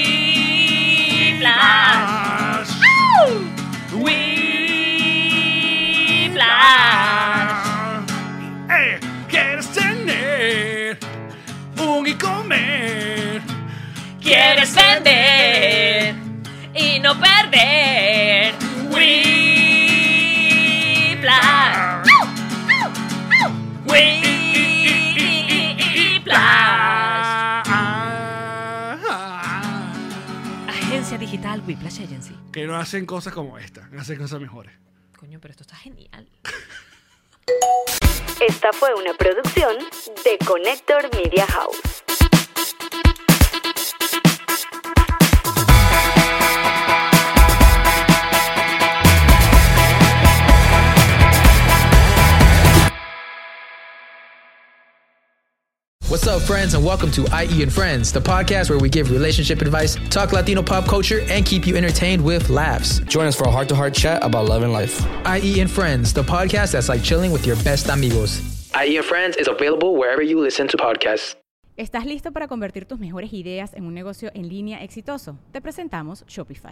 Speaker 2: más.
Speaker 3: Whiplash.
Speaker 2: Eh, quieres tener un y comer.
Speaker 3: Quieres vender y no perder. Whiplash. Whiplash.
Speaker 2: Ah,
Speaker 3: Agencia digital Whiplash Agency.
Speaker 2: Que no hacen cosas como esta, hacen cosas mejores.
Speaker 3: Coño, pero esto está genial.
Speaker 4: Esta fue una producción de Connector Media House.
Speaker 5: What's up, friends, and welcome to IE and Friends, the podcast where we give relationship advice, talk Latino pop culture, and keep you entertained with laughs.
Speaker 6: Join us for a heart to heart chat about love and life.
Speaker 5: IE and Friends, the podcast that's like chilling with your best amigos.
Speaker 6: IE and Friends is available wherever you listen to podcasts.
Speaker 7: ¿Estás listo para convertir tus mejores ideas en un negocio en línea exitoso? Te presentamos Shopify.